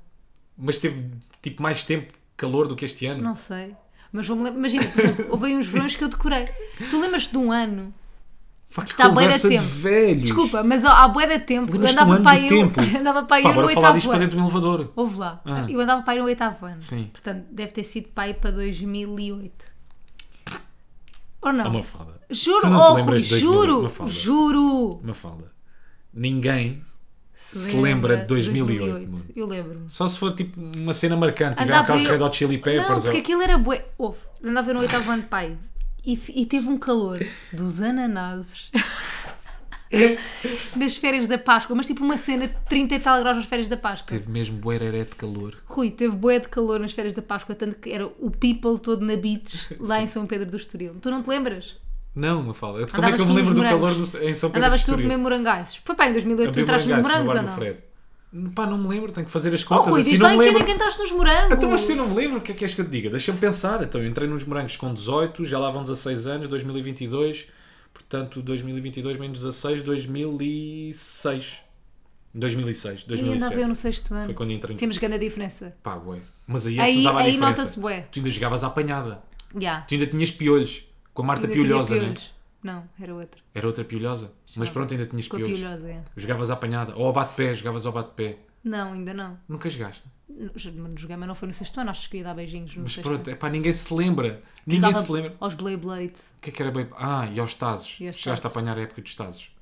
[SPEAKER 2] Mas teve, tipo, mais tempo de calor do que este ano?
[SPEAKER 1] não sei. Mas vou-me lembrar. Imagina, por exemplo, houve aí uns verões que eu decorei. Tu lembras-te de um ano?
[SPEAKER 2] Pá, que
[SPEAKER 1] Está bué da
[SPEAKER 2] conversa de
[SPEAKER 1] tempo.
[SPEAKER 2] velhos.
[SPEAKER 1] Desculpa, mas há bué da tempo. Eu
[SPEAKER 2] Lembras-te do
[SPEAKER 1] andava
[SPEAKER 2] ano
[SPEAKER 1] para
[SPEAKER 2] do
[SPEAKER 1] aí eu,
[SPEAKER 2] tempo?
[SPEAKER 1] andava para aí
[SPEAKER 2] Pá,
[SPEAKER 1] eu no
[SPEAKER 2] bora falar
[SPEAKER 1] oitavo
[SPEAKER 2] disto para
[SPEAKER 1] ano.
[SPEAKER 2] dentro de um elevador.
[SPEAKER 1] Houve lá.
[SPEAKER 2] Ah.
[SPEAKER 1] Eu andava para aí no oitavo ano.
[SPEAKER 2] Sim.
[SPEAKER 1] Portanto, deve ter sido para aí para 2008. Ou não?
[SPEAKER 2] É uma falda.
[SPEAKER 1] Juro,
[SPEAKER 2] Tu não te
[SPEAKER 1] oh, Rui,
[SPEAKER 2] lembras de 2000,
[SPEAKER 1] juro,
[SPEAKER 2] Mafalda?
[SPEAKER 1] juro.
[SPEAKER 2] Uma falda. Ninguém se lembra de 2008. mano.
[SPEAKER 1] Eu lembro-me.
[SPEAKER 2] Só se for tipo uma cena marcante, tiver
[SPEAKER 1] Andava
[SPEAKER 2] um caso
[SPEAKER 1] eu-
[SPEAKER 2] Red Hot Chili
[SPEAKER 1] Não,
[SPEAKER 2] Peppers.
[SPEAKER 1] porque
[SPEAKER 2] ou-
[SPEAKER 1] aquilo era bué. Houve. Andava eu no oitavo ano de pai. E, f- e teve um calor dos ananases nas férias da Páscoa, mas tipo uma cena de 30 e tal graus nas férias da Páscoa.
[SPEAKER 2] Teve mesmo boeraré de calor.
[SPEAKER 1] Rui, teve bué de calor nas férias da Páscoa, tanto que era o people todo na beach, lá em São Pedro do Estoril. Tu não te lembras?
[SPEAKER 2] Não, uma falda. Como é
[SPEAKER 1] Andavas
[SPEAKER 2] que eu
[SPEAKER 1] tu
[SPEAKER 2] me lembro
[SPEAKER 1] nos
[SPEAKER 2] do calor
[SPEAKER 1] morangos.
[SPEAKER 2] do- em São Pedro
[SPEAKER 1] Andavas
[SPEAKER 2] do
[SPEAKER 1] tu a
[SPEAKER 2] Estoril?
[SPEAKER 1] comer morangaices. Foi pá, em 2008 tu
[SPEAKER 2] Abri
[SPEAKER 1] entraste nos
[SPEAKER 2] morangais no
[SPEAKER 1] morangos ou
[SPEAKER 2] bar do
[SPEAKER 1] não?
[SPEAKER 2] Fred. Pá, não me lembro, tenho que fazer as
[SPEAKER 1] Oh,
[SPEAKER 2] contas.
[SPEAKER 1] Rui,
[SPEAKER 2] assim
[SPEAKER 1] diz
[SPEAKER 2] não
[SPEAKER 1] lá
[SPEAKER 2] me
[SPEAKER 1] em que ano
[SPEAKER 2] lembro.
[SPEAKER 1] é que entraste nos morangos.
[SPEAKER 2] Então, mas se eu não me lembro, o que é que queres que eu te diga? Deixa-me pensar. Então, eu entrei nos morangos com 18, já lá vão 16 anos, 2022. Portanto, 2022 menos 16, 2006. 2006,
[SPEAKER 1] E andava eu
[SPEAKER 2] 2007.
[SPEAKER 1] no sexto ano.
[SPEAKER 2] Foi quando entrei nos...
[SPEAKER 1] Temos grande diferença.
[SPEAKER 2] Pá, bué. Mas aí é que
[SPEAKER 1] Aí-
[SPEAKER 2] se dava a
[SPEAKER 1] aí
[SPEAKER 2] diferença.
[SPEAKER 1] nota-se bué.
[SPEAKER 2] Tu ainda jogavas à apanhada.
[SPEAKER 1] Já.
[SPEAKER 2] Tu ainda tinhas piolhos. Com a Marta
[SPEAKER 1] Ainda tinha
[SPEAKER 2] Piolhosa, né?
[SPEAKER 1] piolhos. Não, era outra.
[SPEAKER 2] Era outra piolhosa. Mas pronto, ainda tinhas
[SPEAKER 1] Com a
[SPEAKER 2] piolhos.
[SPEAKER 1] piolhosa, é.
[SPEAKER 2] Jogavas à apanhada. Ou ao bate-pé, jogavas ao bate-pé.
[SPEAKER 1] Não, ainda não.
[SPEAKER 2] Nunca jogaste.
[SPEAKER 1] Não, já- Não joguei, mas não foi no sexto ano. Acho que ia dar beijinhos no
[SPEAKER 2] Mas
[SPEAKER 1] sexto
[SPEAKER 2] pronto,
[SPEAKER 1] ano.
[SPEAKER 2] é pá, ninguém se lembra. Ninguém
[SPEAKER 1] Jogava
[SPEAKER 2] se lembra.
[SPEAKER 1] Aos Blade Blade.
[SPEAKER 2] O que é que era bem. Ah, e aos Tazos.
[SPEAKER 1] E aos
[SPEAKER 2] Chegaste a
[SPEAKER 1] Tazos.
[SPEAKER 2] apanhar a época dos Tazos.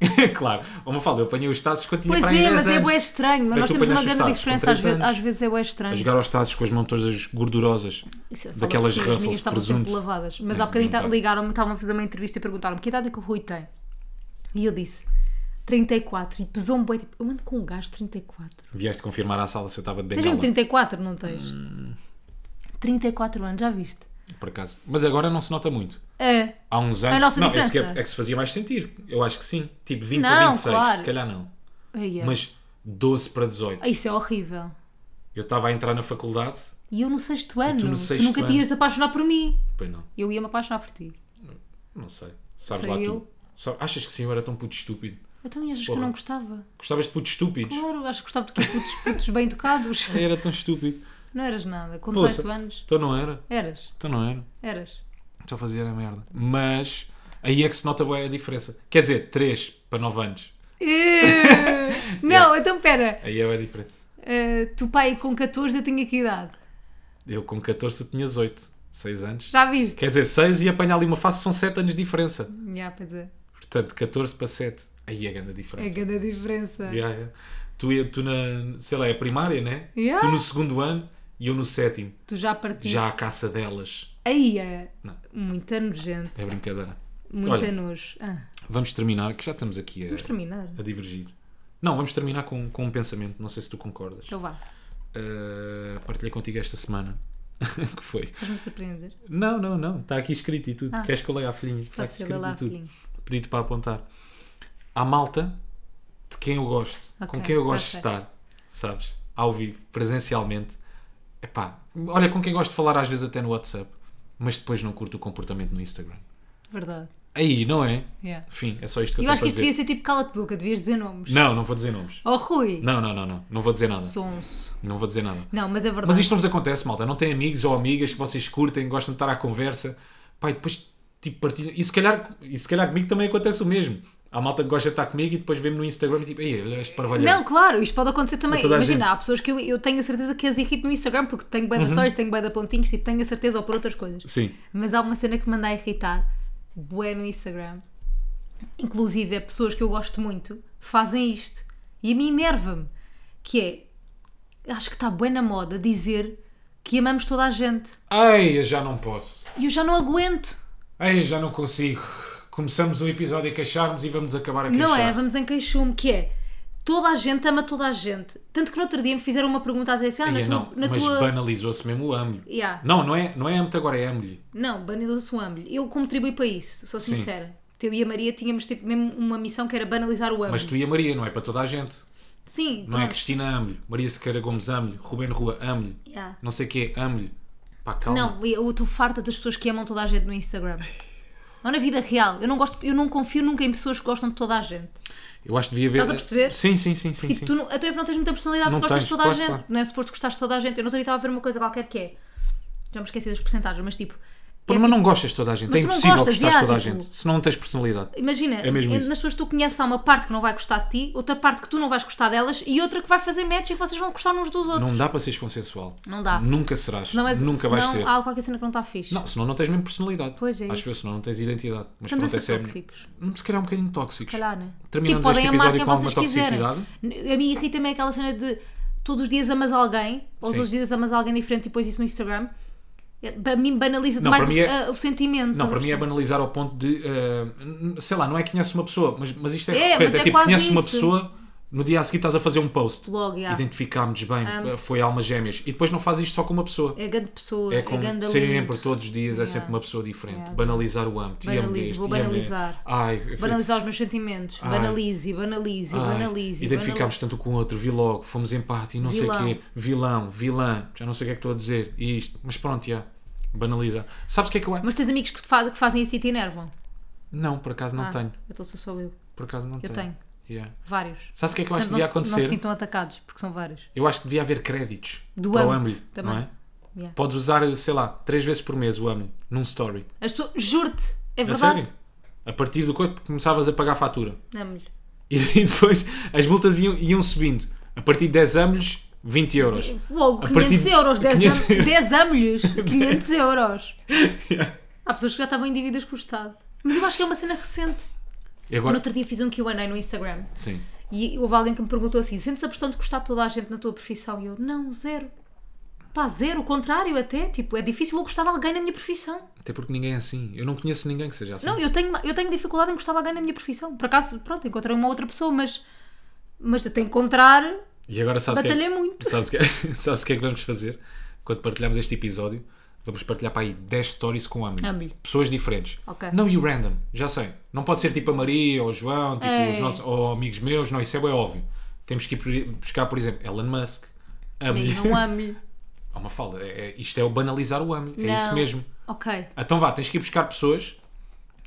[SPEAKER 1] Claro.
[SPEAKER 2] claro. Ou uma fala, eu apanhei os Tazos quando tinha
[SPEAKER 1] Pois
[SPEAKER 2] para aí
[SPEAKER 1] é,
[SPEAKER 2] 10
[SPEAKER 1] mas é
[SPEAKER 2] anos.
[SPEAKER 1] bué estranho. Mas
[SPEAKER 2] Mas
[SPEAKER 1] nós
[SPEAKER 2] tu
[SPEAKER 1] temos uma
[SPEAKER 2] apanhaste os
[SPEAKER 1] grande
[SPEAKER 2] tazos com
[SPEAKER 1] diferença.
[SPEAKER 2] três
[SPEAKER 1] Às vezes,
[SPEAKER 2] anos.
[SPEAKER 1] às vezes é bué
[SPEAKER 2] A
[SPEAKER 1] estranho.
[SPEAKER 2] jogar aos Tazos com as mãos todas gordurosas.
[SPEAKER 1] Isso eu falo
[SPEAKER 2] daquelas
[SPEAKER 1] porque As minhas
[SPEAKER 2] Ruffles de
[SPEAKER 1] estavam sempre
[SPEAKER 2] presunto.
[SPEAKER 1] lavadas. Mas
[SPEAKER 2] Não,
[SPEAKER 1] há bocadinho
[SPEAKER 2] não
[SPEAKER 1] ta-
[SPEAKER 2] tá.
[SPEAKER 1] ligaram-me, estavam a fazer uma entrevista e perguntaram-me que idade é que o Rui tem. E eu disse 34. E pesou-me bué. Tipo, eu ando com um gajo de 34.
[SPEAKER 2] Vieste confirmar à sala se eu estava de
[SPEAKER 1] Tens mesmo
[SPEAKER 2] bengala.
[SPEAKER 1] 34, não tens?
[SPEAKER 2] Hum.
[SPEAKER 1] 34 anos, já viste?
[SPEAKER 2] Por acaso. Mas agora não se nota muito.
[SPEAKER 1] É.
[SPEAKER 2] Há uns
[SPEAKER 1] A
[SPEAKER 2] anos.
[SPEAKER 1] nossa
[SPEAKER 2] não, esse que
[SPEAKER 1] diferença.
[SPEAKER 2] é, é que se fazia mais sentir. Eu acho que sim. Tipo 20
[SPEAKER 1] Não,
[SPEAKER 2] para 26,
[SPEAKER 1] claro.
[SPEAKER 2] se calhar não.
[SPEAKER 1] Ai, é.
[SPEAKER 2] Mas 12 para 18.
[SPEAKER 1] Ah, Isso é horrível.
[SPEAKER 2] Eu estava a entrar na faculdade.
[SPEAKER 1] E eu no sexto ano,
[SPEAKER 2] no
[SPEAKER 1] tu,
[SPEAKER 2] sexto
[SPEAKER 1] nunca
[SPEAKER 2] ano.
[SPEAKER 1] tinhas de apaixonar por mim.
[SPEAKER 2] Pois não.
[SPEAKER 1] Eu ia-me apaixonar por ti.
[SPEAKER 2] Não sei. Sabes
[SPEAKER 1] Sei
[SPEAKER 2] lá
[SPEAKER 1] eu.
[SPEAKER 2] tu. Sabe- achas que sim, eu era tão puto estúpido.
[SPEAKER 1] Então e achas que eu
[SPEAKER 2] Porra.
[SPEAKER 1] não gostava?
[SPEAKER 2] Gostavas de putos estúpidos?
[SPEAKER 1] Claro, acho que gostava de que putos, putos bem educados.
[SPEAKER 2] Eu Era tão estúpido.
[SPEAKER 1] Não eras nada, com
[SPEAKER 2] Poça.
[SPEAKER 1] 18 anos.
[SPEAKER 2] Então não era.
[SPEAKER 1] Eras,
[SPEAKER 2] Então não era.
[SPEAKER 1] eras.
[SPEAKER 2] Só fazia era merda. Mas aí é que se nota bem a diferença. Quer dizer, 3 para 9 anos.
[SPEAKER 1] Eh, não, então pera.
[SPEAKER 2] Aí é bem diferente.
[SPEAKER 1] Eh, tu pai com 14 eu tinha que idade?
[SPEAKER 2] Eu com 14, tu tinhas 8. 6 anos.
[SPEAKER 1] Já viste?
[SPEAKER 2] Quer dizer, 6 e apanhar ali uma face são 7 anos de diferença.
[SPEAKER 1] Já, pois é.
[SPEAKER 2] Portanto, 14 para 7. Aí é grande a
[SPEAKER 1] É
[SPEAKER 2] diferença.
[SPEAKER 1] grande a diferença.
[SPEAKER 2] Yeah, yeah. Tu, ia- tu na, sei lá, é primária, né?
[SPEAKER 1] Yeah.
[SPEAKER 2] Tu no segundo ano e eu no sétimo.
[SPEAKER 1] Tu já partias.
[SPEAKER 2] Já a caça delas.
[SPEAKER 1] Aí é.
[SPEAKER 2] Não.
[SPEAKER 1] Muito nojento.
[SPEAKER 2] É brincadeira.
[SPEAKER 1] Muito
[SPEAKER 2] Olha.
[SPEAKER 1] nojo. Ah,
[SPEAKER 2] Vamos terminar, que já estamos aqui a,
[SPEAKER 1] vamos terminar.
[SPEAKER 2] a divergir. Não, vamos terminar com, com um pensamento, não sei se tu concordas.
[SPEAKER 1] Então vá,
[SPEAKER 2] Uh, partilhei contigo esta semana. que foi?
[SPEAKER 1] vais-me surpreender.
[SPEAKER 2] Não, não, não. Está aqui escrito e tudo.
[SPEAKER 1] Ah.
[SPEAKER 2] Queres que eu leia a filhinha? Está
[SPEAKER 1] Pode
[SPEAKER 2] aqui
[SPEAKER 1] ser, lê
[SPEAKER 2] escrito
[SPEAKER 1] lá,
[SPEAKER 2] e tudo.
[SPEAKER 1] filhinho.
[SPEAKER 2] Pedido para apontar. Há malta de quem eu gosto,
[SPEAKER 1] Ok,
[SPEAKER 2] com quem eu gosto
[SPEAKER 1] ok.
[SPEAKER 2] de estar, sabes? Ao vivo, presencialmente. Epá, olha, com quem gosto de falar às vezes até no WhatsApp, mas depois não curto o comportamento no Instagram.
[SPEAKER 1] Verdade.
[SPEAKER 2] Aí, não é?
[SPEAKER 1] Yeah.
[SPEAKER 2] Enfim, é só isto que eu,
[SPEAKER 1] Eu
[SPEAKER 2] tenho
[SPEAKER 1] acho que
[SPEAKER 2] para
[SPEAKER 1] isto
[SPEAKER 2] dizer.
[SPEAKER 1] devia ser tipo cala-te boca, devias dizer nomes.
[SPEAKER 2] Não, não vou dizer nomes.
[SPEAKER 1] Oh Rui!
[SPEAKER 2] Não, não, não, não. Não vou dizer nada.
[SPEAKER 1] Sonso.
[SPEAKER 2] Não vou dizer nada.
[SPEAKER 1] Não, mas é verdade.
[SPEAKER 2] Mas isto não vos acontece, malta. Não têm amigos ou amigas que vocês curtem, gostam de estar à conversa. Pai, depois tipo partilham. E se calhar, e se calhar comigo também acontece o mesmo. Há malta que gosta de estar comigo e depois vê-me no Instagram e tipo, ei, olha este
[SPEAKER 1] Não,
[SPEAKER 2] parvalhão.
[SPEAKER 1] claro, isto pode acontecer também.
[SPEAKER 2] A toda a
[SPEAKER 1] Imagina,
[SPEAKER 2] gente. Uhum.
[SPEAKER 1] há pessoas que eu, eu tenho a certeza que as irrito no Instagram porque tenho bem da stories, tenho bem da pontinhos, tipo, tenho a certeza ou por outras coisas.
[SPEAKER 2] Sim.
[SPEAKER 1] Mas há uma cena que me anda a irritar, bué no Instagram. Inclusive, é pessoas que eu gosto muito fazem isto. E a mim enerva-me. Que é, acho que está bué na moda dizer que amamos toda a gente.
[SPEAKER 2] Ei, eu já não posso.
[SPEAKER 1] E eu já não aguento.
[SPEAKER 2] Ei, eu já não consigo. Começamos o episódio a queixarmos e vamos acabar a queixar.
[SPEAKER 1] Não é? Vamos em queixume, que é toda a gente ama toda a gente. Tanto que no outro dia me fizeram uma pergunta a dizer assim: ah, na
[SPEAKER 2] Ei,
[SPEAKER 1] tua.
[SPEAKER 2] é, não,
[SPEAKER 1] na
[SPEAKER 2] mas
[SPEAKER 1] tua...
[SPEAKER 2] banalizou-se mesmo o amo
[SPEAKER 1] Yeah.
[SPEAKER 2] Não, não é, não é amo-te agora, é amo-lhe.
[SPEAKER 1] Não, banalizou-se o âmbito. Eu contribuí para isso, sou
[SPEAKER 2] Sim.
[SPEAKER 1] sincera. Eu e a Maria tínhamos tipo, mesmo uma missão que era banalizar o
[SPEAKER 2] Mas
[SPEAKER 1] âmbito.
[SPEAKER 2] tu e a Maria, não é para toda a gente.
[SPEAKER 1] Sim,
[SPEAKER 2] Não é
[SPEAKER 1] pronto.
[SPEAKER 2] Cristina amo-lhe, Maria Sequeira Gomes amo-lhe, Rubén Rua amo-lhe.
[SPEAKER 1] Yeah.
[SPEAKER 2] não sei o quê, amo-lhe. Pá, é Pá, calma.
[SPEAKER 1] Não, eu estou farta das pessoas que amam toda a gente no Instagram. Não na vida real. Eu não, gosto, eu não confio nunca em pessoas que gostam de toda a gente.
[SPEAKER 2] Eu acho que devia haver.
[SPEAKER 1] Estás a perceber?
[SPEAKER 2] Sim, sim, sim. sim,
[SPEAKER 1] Tipo,
[SPEAKER 2] sim.
[SPEAKER 1] tu não, até porque não tens muita personalidade
[SPEAKER 2] Não
[SPEAKER 1] se gostas de
[SPEAKER 2] tens,
[SPEAKER 1] toda a
[SPEAKER 2] claro,
[SPEAKER 1] gente.
[SPEAKER 2] claro.
[SPEAKER 1] Não é suposto gostares de toda a gente. Eu não estava a ver uma coisa qualquer que é. Já me esqueci das porcentagens, mas tipo.
[SPEAKER 2] Pô,
[SPEAKER 1] é
[SPEAKER 2] mas não gostas de toda a gente.
[SPEAKER 1] Mas
[SPEAKER 2] é
[SPEAKER 1] tu não
[SPEAKER 2] impossível
[SPEAKER 1] gostas,
[SPEAKER 2] gostares
[SPEAKER 1] já,
[SPEAKER 2] de toda
[SPEAKER 1] tipo-
[SPEAKER 2] a gente. Se não tens personalidade.
[SPEAKER 1] Imagina,
[SPEAKER 2] É mesmo
[SPEAKER 1] en-
[SPEAKER 2] isso.
[SPEAKER 1] nas pessoas que tu conheces há uma parte que não vai gostar de ti, outra parte que tu não vais gostar delas e outra que vai fazer match e que vocês vão gostar uns dos outros.
[SPEAKER 2] Não dá para seres consensual.
[SPEAKER 1] Não dá.
[SPEAKER 2] Nunca serás.
[SPEAKER 1] Senão és-
[SPEAKER 2] Nunca vais
[SPEAKER 1] senão
[SPEAKER 2] ser.
[SPEAKER 1] há qualquer cena que não está fixe.
[SPEAKER 2] Não, senão não tens mesmo personalidade.
[SPEAKER 1] Pois é
[SPEAKER 2] Acho
[SPEAKER 1] isso.
[SPEAKER 2] eu, senão não tens identidade.
[SPEAKER 1] Estamos
[SPEAKER 2] Mas pronto,
[SPEAKER 1] a
[SPEAKER 2] essa
[SPEAKER 1] ser
[SPEAKER 2] é
[SPEAKER 1] tóxicos.
[SPEAKER 2] Hum, Se calhar um bocadinho tóxicos.
[SPEAKER 1] Calhar, né?
[SPEAKER 2] Terminamos
[SPEAKER 1] Tipo,
[SPEAKER 2] este
[SPEAKER 1] podem amar
[SPEAKER 2] episódio
[SPEAKER 1] quem
[SPEAKER 2] com alguma
[SPEAKER 1] vocês quiserem.
[SPEAKER 2] toxicidade.
[SPEAKER 1] A mim irrita-me é aquela cena de todos os dias amas alguém, ou
[SPEAKER 2] Sim.
[SPEAKER 1] todos os dias amas alguém diferente e depois isso no Instagram. É, Para mim banaliza
[SPEAKER 2] Não,
[SPEAKER 1] demais
[SPEAKER 2] para
[SPEAKER 1] o,
[SPEAKER 2] mim é-
[SPEAKER 1] a- o sentimento.
[SPEAKER 2] Não, para mim é
[SPEAKER 1] banalizar.
[SPEAKER 2] banalizar ao ponto de. eh, n- sei lá, não é que conheces uma pessoa, mas, mas isto é,
[SPEAKER 1] É,
[SPEAKER 2] recorrente.
[SPEAKER 1] mas é
[SPEAKER 2] tipo,
[SPEAKER 1] quase
[SPEAKER 2] conheces uma
[SPEAKER 1] isso.
[SPEAKER 2] pessoa, no dia a seguir estás a fazer um post.
[SPEAKER 1] Logo, já.
[SPEAKER 2] Identificámos bem, foi almas gêmeas. E depois não fazes isto só com uma pessoa.
[SPEAKER 1] É grande pessoa,
[SPEAKER 2] É
[SPEAKER 1] é,
[SPEAKER 2] como
[SPEAKER 1] grande
[SPEAKER 2] sempre,
[SPEAKER 1] lindo.
[SPEAKER 2] todos os dias, é
[SPEAKER 1] Yeah.
[SPEAKER 2] sempre uma pessoa diferente.
[SPEAKER 1] Yeah.
[SPEAKER 2] Banalizar o âmbito.
[SPEAKER 1] Banalizo, vou banalizar.
[SPEAKER 2] Ai, eu fui-
[SPEAKER 1] Banalizar os meus sentimentos.
[SPEAKER 2] Ai.
[SPEAKER 1] Banalize, banalize,
[SPEAKER 2] ai,
[SPEAKER 1] banalize.
[SPEAKER 2] Identificámos tanto com o outro, vi logo, fomos empate e não
[SPEAKER 1] Vilão.
[SPEAKER 2] sei o quê. Vilão, vilã, já não sei o que é que estou a dizer. E isto, mas pronto, já. Banalizar. Sabes o que é que eu acho?
[SPEAKER 1] Mas tens amigos que, te fa- que fazem isso e te enervam?
[SPEAKER 2] Não, por acaso não
[SPEAKER 1] Ah,
[SPEAKER 2] tenho.
[SPEAKER 1] Então sou só eu.
[SPEAKER 2] Por acaso não
[SPEAKER 1] Eu
[SPEAKER 2] tenho.
[SPEAKER 1] tenho.
[SPEAKER 2] Yeah.
[SPEAKER 1] Vários.
[SPEAKER 2] Sabes o que é que eu acho
[SPEAKER 1] Portanto, não,
[SPEAKER 2] que devia
[SPEAKER 1] se- não se
[SPEAKER 2] acontecer?
[SPEAKER 1] sintam atacados, porque são vários.
[SPEAKER 2] Eu acho que devia haver créditos
[SPEAKER 1] Do
[SPEAKER 2] para o
[SPEAKER 1] âmbito,
[SPEAKER 2] âmbito,
[SPEAKER 1] também.
[SPEAKER 2] não é?
[SPEAKER 1] Yeah.
[SPEAKER 2] Podes usar, sei lá, três vezes por mês o âmbito, num story.
[SPEAKER 1] As pessoas, juro-te, é
[SPEAKER 2] A
[SPEAKER 1] verdade.
[SPEAKER 2] sério? A partir do quando começavas a pagar a fatura.
[SPEAKER 1] Amo-lhe.
[SPEAKER 2] E, e depois as multas iam, iam subindo. A partir de 10 anos, 20 euros.
[SPEAKER 1] Uou,
[SPEAKER 2] A
[SPEAKER 1] 500
[SPEAKER 2] partir de-
[SPEAKER 1] euros, 10 am-
[SPEAKER 2] 500
[SPEAKER 1] 10 amelhos, 500 euros. Há pessoas que já estavam em dívidas com o Estado. Mas eu acho que é uma cena recente.
[SPEAKER 2] E
[SPEAKER 1] No
[SPEAKER 2] agora.
[SPEAKER 1] outro dia fiz um QA no Instagram
[SPEAKER 2] Sim.
[SPEAKER 1] e houve alguém que me perguntou assim: sentes a pressão de gostar de toda a gente na tua profissão? E eu, não, zero. Pá, zero, o contrário até. Tipo, é difícil eu gostar de alguém na minha profissão.
[SPEAKER 2] Até porque ninguém é assim. Eu não conheço ninguém que seja assim.
[SPEAKER 1] Não, eu tenho, eu tenho dificuldade em gostar de alguém na minha profissão. Por acaso, pronto, encontrei uma outra pessoa, mas, mas até encontrar,
[SPEAKER 2] E agora sabes o que,
[SPEAKER 1] batalhei
[SPEAKER 2] é,
[SPEAKER 1] muito.
[SPEAKER 2] sabes, o que é, sabes o que é que vamos fazer? Quando partilharmos este episódio, vamos partilhar para aí 10 stories com âmbito.
[SPEAKER 1] Âmbito.
[SPEAKER 2] Pessoas diferentes.
[SPEAKER 1] Ok.
[SPEAKER 2] Não e random, já sei. Não pode ser tipo a Maria ou o João tipo
[SPEAKER 1] É.
[SPEAKER 2] os nossos, ou amigos meus. Não, isso é bem óbvio. Temos que ir por- buscar, por exemplo, Elon Musk.
[SPEAKER 1] mas
[SPEAKER 2] Amo-lhe.
[SPEAKER 1] não amo-lhe.
[SPEAKER 2] Há uma fala. É- é- isto é o banalizar o amo. É isso
[SPEAKER 1] Não.
[SPEAKER 2] mesmo.
[SPEAKER 1] Ok.
[SPEAKER 2] Então vá, tens que ir buscar pessoas,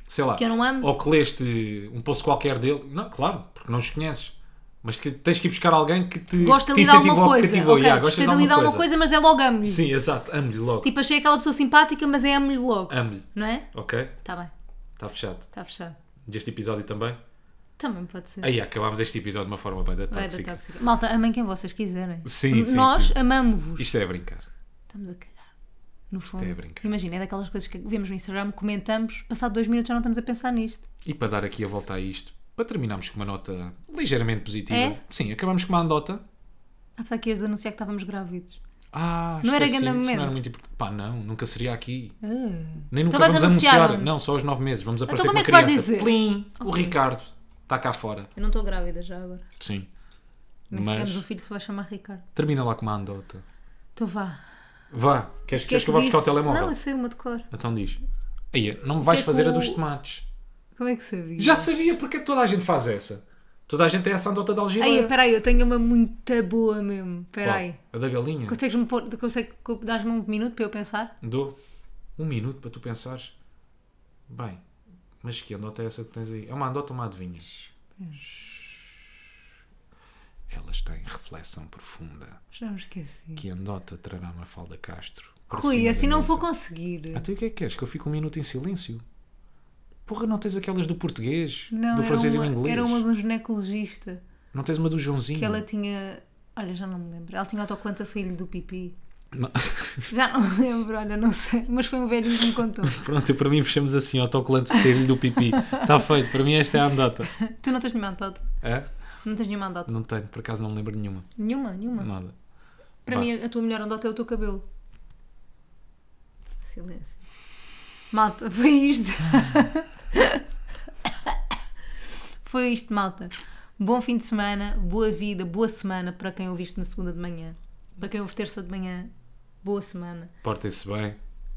[SPEAKER 2] sei lá,
[SPEAKER 1] Que eu não amo.
[SPEAKER 2] ou que leste um post qualquer dele, não, claro, porque não os conheces, mas que tens que ir buscar alguém que te,
[SPEAKER 1] Gosta
[SPEAKER 2] que
[SPEAKER 1] de
[SPEAKER 2] te
[SPEAKER 1] dar alguma
[SPEAKER 2] incentivou, que
[SPEAKER 1] coisa.
[SPEAKER 2] cativou,
[SPEAKER 1] ok,
[SPEAKER 2] yeah, gosta
[SPEAKER 1] Gostei de lhe dar alguma coisa, mas é logo amo-lhe.
[SPEAKER 2] Sim, exato, amo-lhe logo,
[SPEAKER 1] Tipo, achei aquela pessoa simpática, mas é amo-lhe logo.
[SPEAKER 2] amo-lhe,
[SPEAKER 1] Não é?
[SPEAKER 2] ok?
[SPEAKER 1] Está bem,
[SPEAKER 2] Está fechado.
[SPEAKER 1] está fechado.
[SPEAKER 2] Deste episódio também.
[SPEAKER 1] Também pode ser.
[SPEAKER 2] Aí acabámos este episódio de uma forma bem da
[SPEAKER 1] Vai da
[SPEAKER 2] tóxica.
[SPEAKER 1] tóxica. Malta, amem quem vocês quiserem.
[SPEAKER 2] Sim, sim,
[SPEAKER 1] Nós
[SPEAKER 2] sim.
[SPEAKER 1] amamos-vos.
[SPEAKER 2] Isto é a brincar.
[SPEAKER 1] Estamos a calhar. No fundo.
[SPEAKER 2] é a brincar.
[SPEAKER 1] Imagina, é daquelas coisas que vemos no Instagram, comentamos, passado dois minutos já não estamos a pensar nisto.
[SPEAKER 2] E para dar aqui a volta a isto, para terminarmos com uma nota ligeiramente positiva,
[SPEAKER 1] É?
[SPEAKER 2] sim, acabamos com uma andota.
[SPEAKER 1] Apesar que ias de anunciar que estávamos grávidos.
[SPEAKER 2] Ah,
[SPEAKER 1] Não era
[SPEAKER 2] esqueci-me,
[SPEAKER 1] grande
[SPEAKER 2] isso não era
[SPEAKER 1] momento.
[SPEAKER 2] muito importante. Pá, não, nunca seria aqui.
[SPEAKER 1] Ah.
[SPEAKER 2] Nem nunca
[SPEAKER 1] Então vais
[SPEAKER 2] vamos
[SPEAKER 1] anunciar
[SPEAKER 2] anunciar.
[SPEAKER 1] onde?
[SPEAKER 2] Não, só aos nove meses. Vamos aparecer
[SPEAKER 1] como
[SPEAKER 2] com
[SPEAKER 1] é
[SPEAKER 2] uma
[SPEAKER 1] que vais
[SPEAKER 2] criança.
[SPEAKER 1] dizer?
[SPEAKER 2] Plim, o Ricardo está cá fora.
[SPEAKER 1] Eu não estou grávida já agora.
[SPEAKER 2] Sim.
[SPEAKER 1] Mas, se tivermos
[SPEAKER 2] Mas
[SPEAKER 1] um filho, se vai chamar Ricardo.
[SPEAKER 2] termina lá com uma andota.
[SPEAKER 1] Então vá.
[SPEAKER 2] Vá, queres,
[SPEAKER 1] é
[SPEAKER 2] queres que eu vá buscar o
[SPEAKER 1] disse?
[SPEAKER 2] telemóvel?
[SPEAKER 1] Não, eu sei uma de cor.
[SPEAKER 2] Então diz. Aí, não me vais
[SPEAKER 1] que é que
[SPEAKER 2] fazer a
[SPEAKER 1] o-
[SPEAKER 2] dos tomates.
[SPEAKER 1] Como é que sabia?
[SPEAKER 2] Já sabia porque é que toda a gente faz essa. Toda a gente tem essa andota de
[SPEAKER 1] Aí,
[SPEAKER 2] algibeira.
[SPEAKER 1] espera aí, eu tenho uma muito boa mesmo. Espera
[SPEAKER 2] Qual?
[SPEAKER 1] aí.
[SPEAKER 2] A da galinha.
[SPEAKER 1] Consegues-me pôr, consegue, dás-me um minuto para eu pensar?
[SPEAKER 2] Dou um minuto para tu pensares. Bem, mas que andota é essa que tens aí? É uma andota ou uma adivinha? Elas têm reflexão profunda.
[SPEAKER 1] Já me esqueci.
[SPEAKER 2] Que andota trará Mafalda Castro? para
[SPEAKER 1] Rui,
[SPEAKER 2] cima
[SPEAKER 1] assim
[SPEAKER 2] da
[SPEAKER 1] não
[SPEAKER 2] mesa?
[SPEAKER 1] vou conseguir.
[SPEAKER 2] Até o que é que queres? Que eu fique um minuto em silêncio? Porra, não tens aquelas do português,
[SPEAKER 1] Não,
[SPEAKER 2] do
[SPEAKER 1] era
[SPEAKER 2] francês
[SPEAKER 1] uma,
[SPEAKER 2] e do inglês? Hum.
[SPEAKER 1] Era uma de um ginecologista
[SPEAKER 2] Não tens uma do Joãozinho?
[SPEAKER 1] que ela tinha. Olha, já não me lembro. Ela tinha autocolante a sair do pipi.
[SPEAKER 2] Não.
[SPEAKER 1] Já não me lembro, olha, não sei. Mas foi um velhinho que me contou.
[SPEAKER 2] Pronto, para mim fechamos assim, autocolante que sair do pipi. Está feito, para mim esta é a andota.
[SPEAKER 1] tu não tens nenhuma andota?
[SPEAKER 2] É?
[SPEAKER 1] Não tens nenhuma andota?
[SPEAKER 2] Não tenho, por acaso não me lembro de nenhuma.
[SPEAKER 1] Nenhuma, nenhuma.
[SPEAKER 2] Nada.
[SPEAKER 1] Para
[SPEAKER 2] Vá.
[SPEAKER 1] mim, a tua melhor andota é o teu cabelo. Silêncio. Malta, foi isto. foi isto, malta. Bom fim de semana, boa vida, boa semana para quem ouviste na segunda de manhã. Para quem ouve terça de manhã, boa semana.
[SPEAKER 2] Portem-se bem,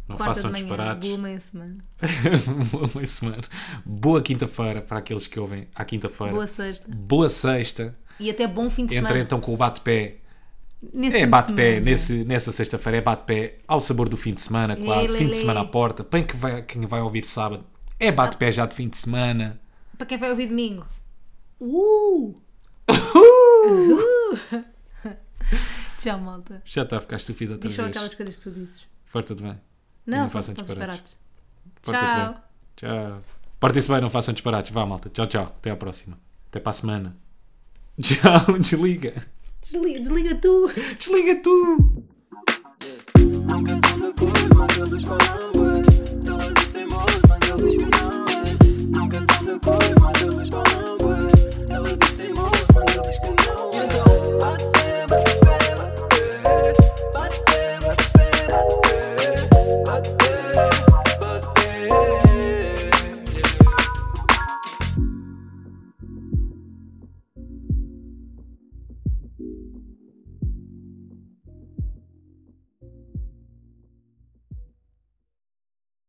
[SPEAKER 2] não
[SPEAKER 1] Quarta
[SPEAKER 2] façam
[SPEAKER 1] de manhã,
[SPEAKER 2] disparates.
[SPEAKER 1] boa meia semana.
[SPEAKER 2] Boa meia semana. Boa quinta-feira para aqueles que ouvem à quinta-feira.
[SPEAKER 1] Boa sexta.
[SPEAKER 2] Boa sexta.
[SPEAKER 1] E até bom fim de
[SPEAKER 2] Entra
[SPEAKER 1] semana.
[SPEAKER 2] então com o bate-pé
[SPEAKER 1] Nesse
[SPEAKER 2] É
[SPEAKER 1] fim de
[SPEAKER 2] bate-pé,
[SPEAKER 1] semana.
[SPEAKER 2] nesse- nessa sexta-feira é bate-pé ao sabor do fim de semana, quase.
[SPEAKER 1] lê,
[SPEAKER 2] fim
[SPEAKER 1] lê.
[SPEAKER 2] de semana à porta. Bem que vai, quem vai ouvir sábado é bate-pé já de fim de semana.
[SPEAKER 1] Para quem vai ouvir domingo. Uh! Tchau, malta.
[SPEAKER 2] Já está a ficar estúpido outra
[SPEAKER 1] Diz só
[SPEAKER 2] vez.
[SPEAKER 1] aquelas coisas que tu dizes.
[SPEAKER 2] Porta-te bem.
[SPEAKER 1] Não,
[SPEAKER 2] não
[SPEAKER 1] façam
[SPEAKER 2] façam
[SPEAKER 1] disparates.
[SPEAKER 2] disparates.
[SPEAKER 1] Tchau.
[SPEAKER 2] Porta-te bem. Tchau. Portem-se bem, não façam disparates. Vá, malta. Tchau, tchau. Até à próxima. Até para a semana. Tchau. Desliga.
[SPEAKER 1] Desliga, desliga tu.
[SPEAKER 2] Desliga tu.
[SPEAKER 3] I'm good on the good,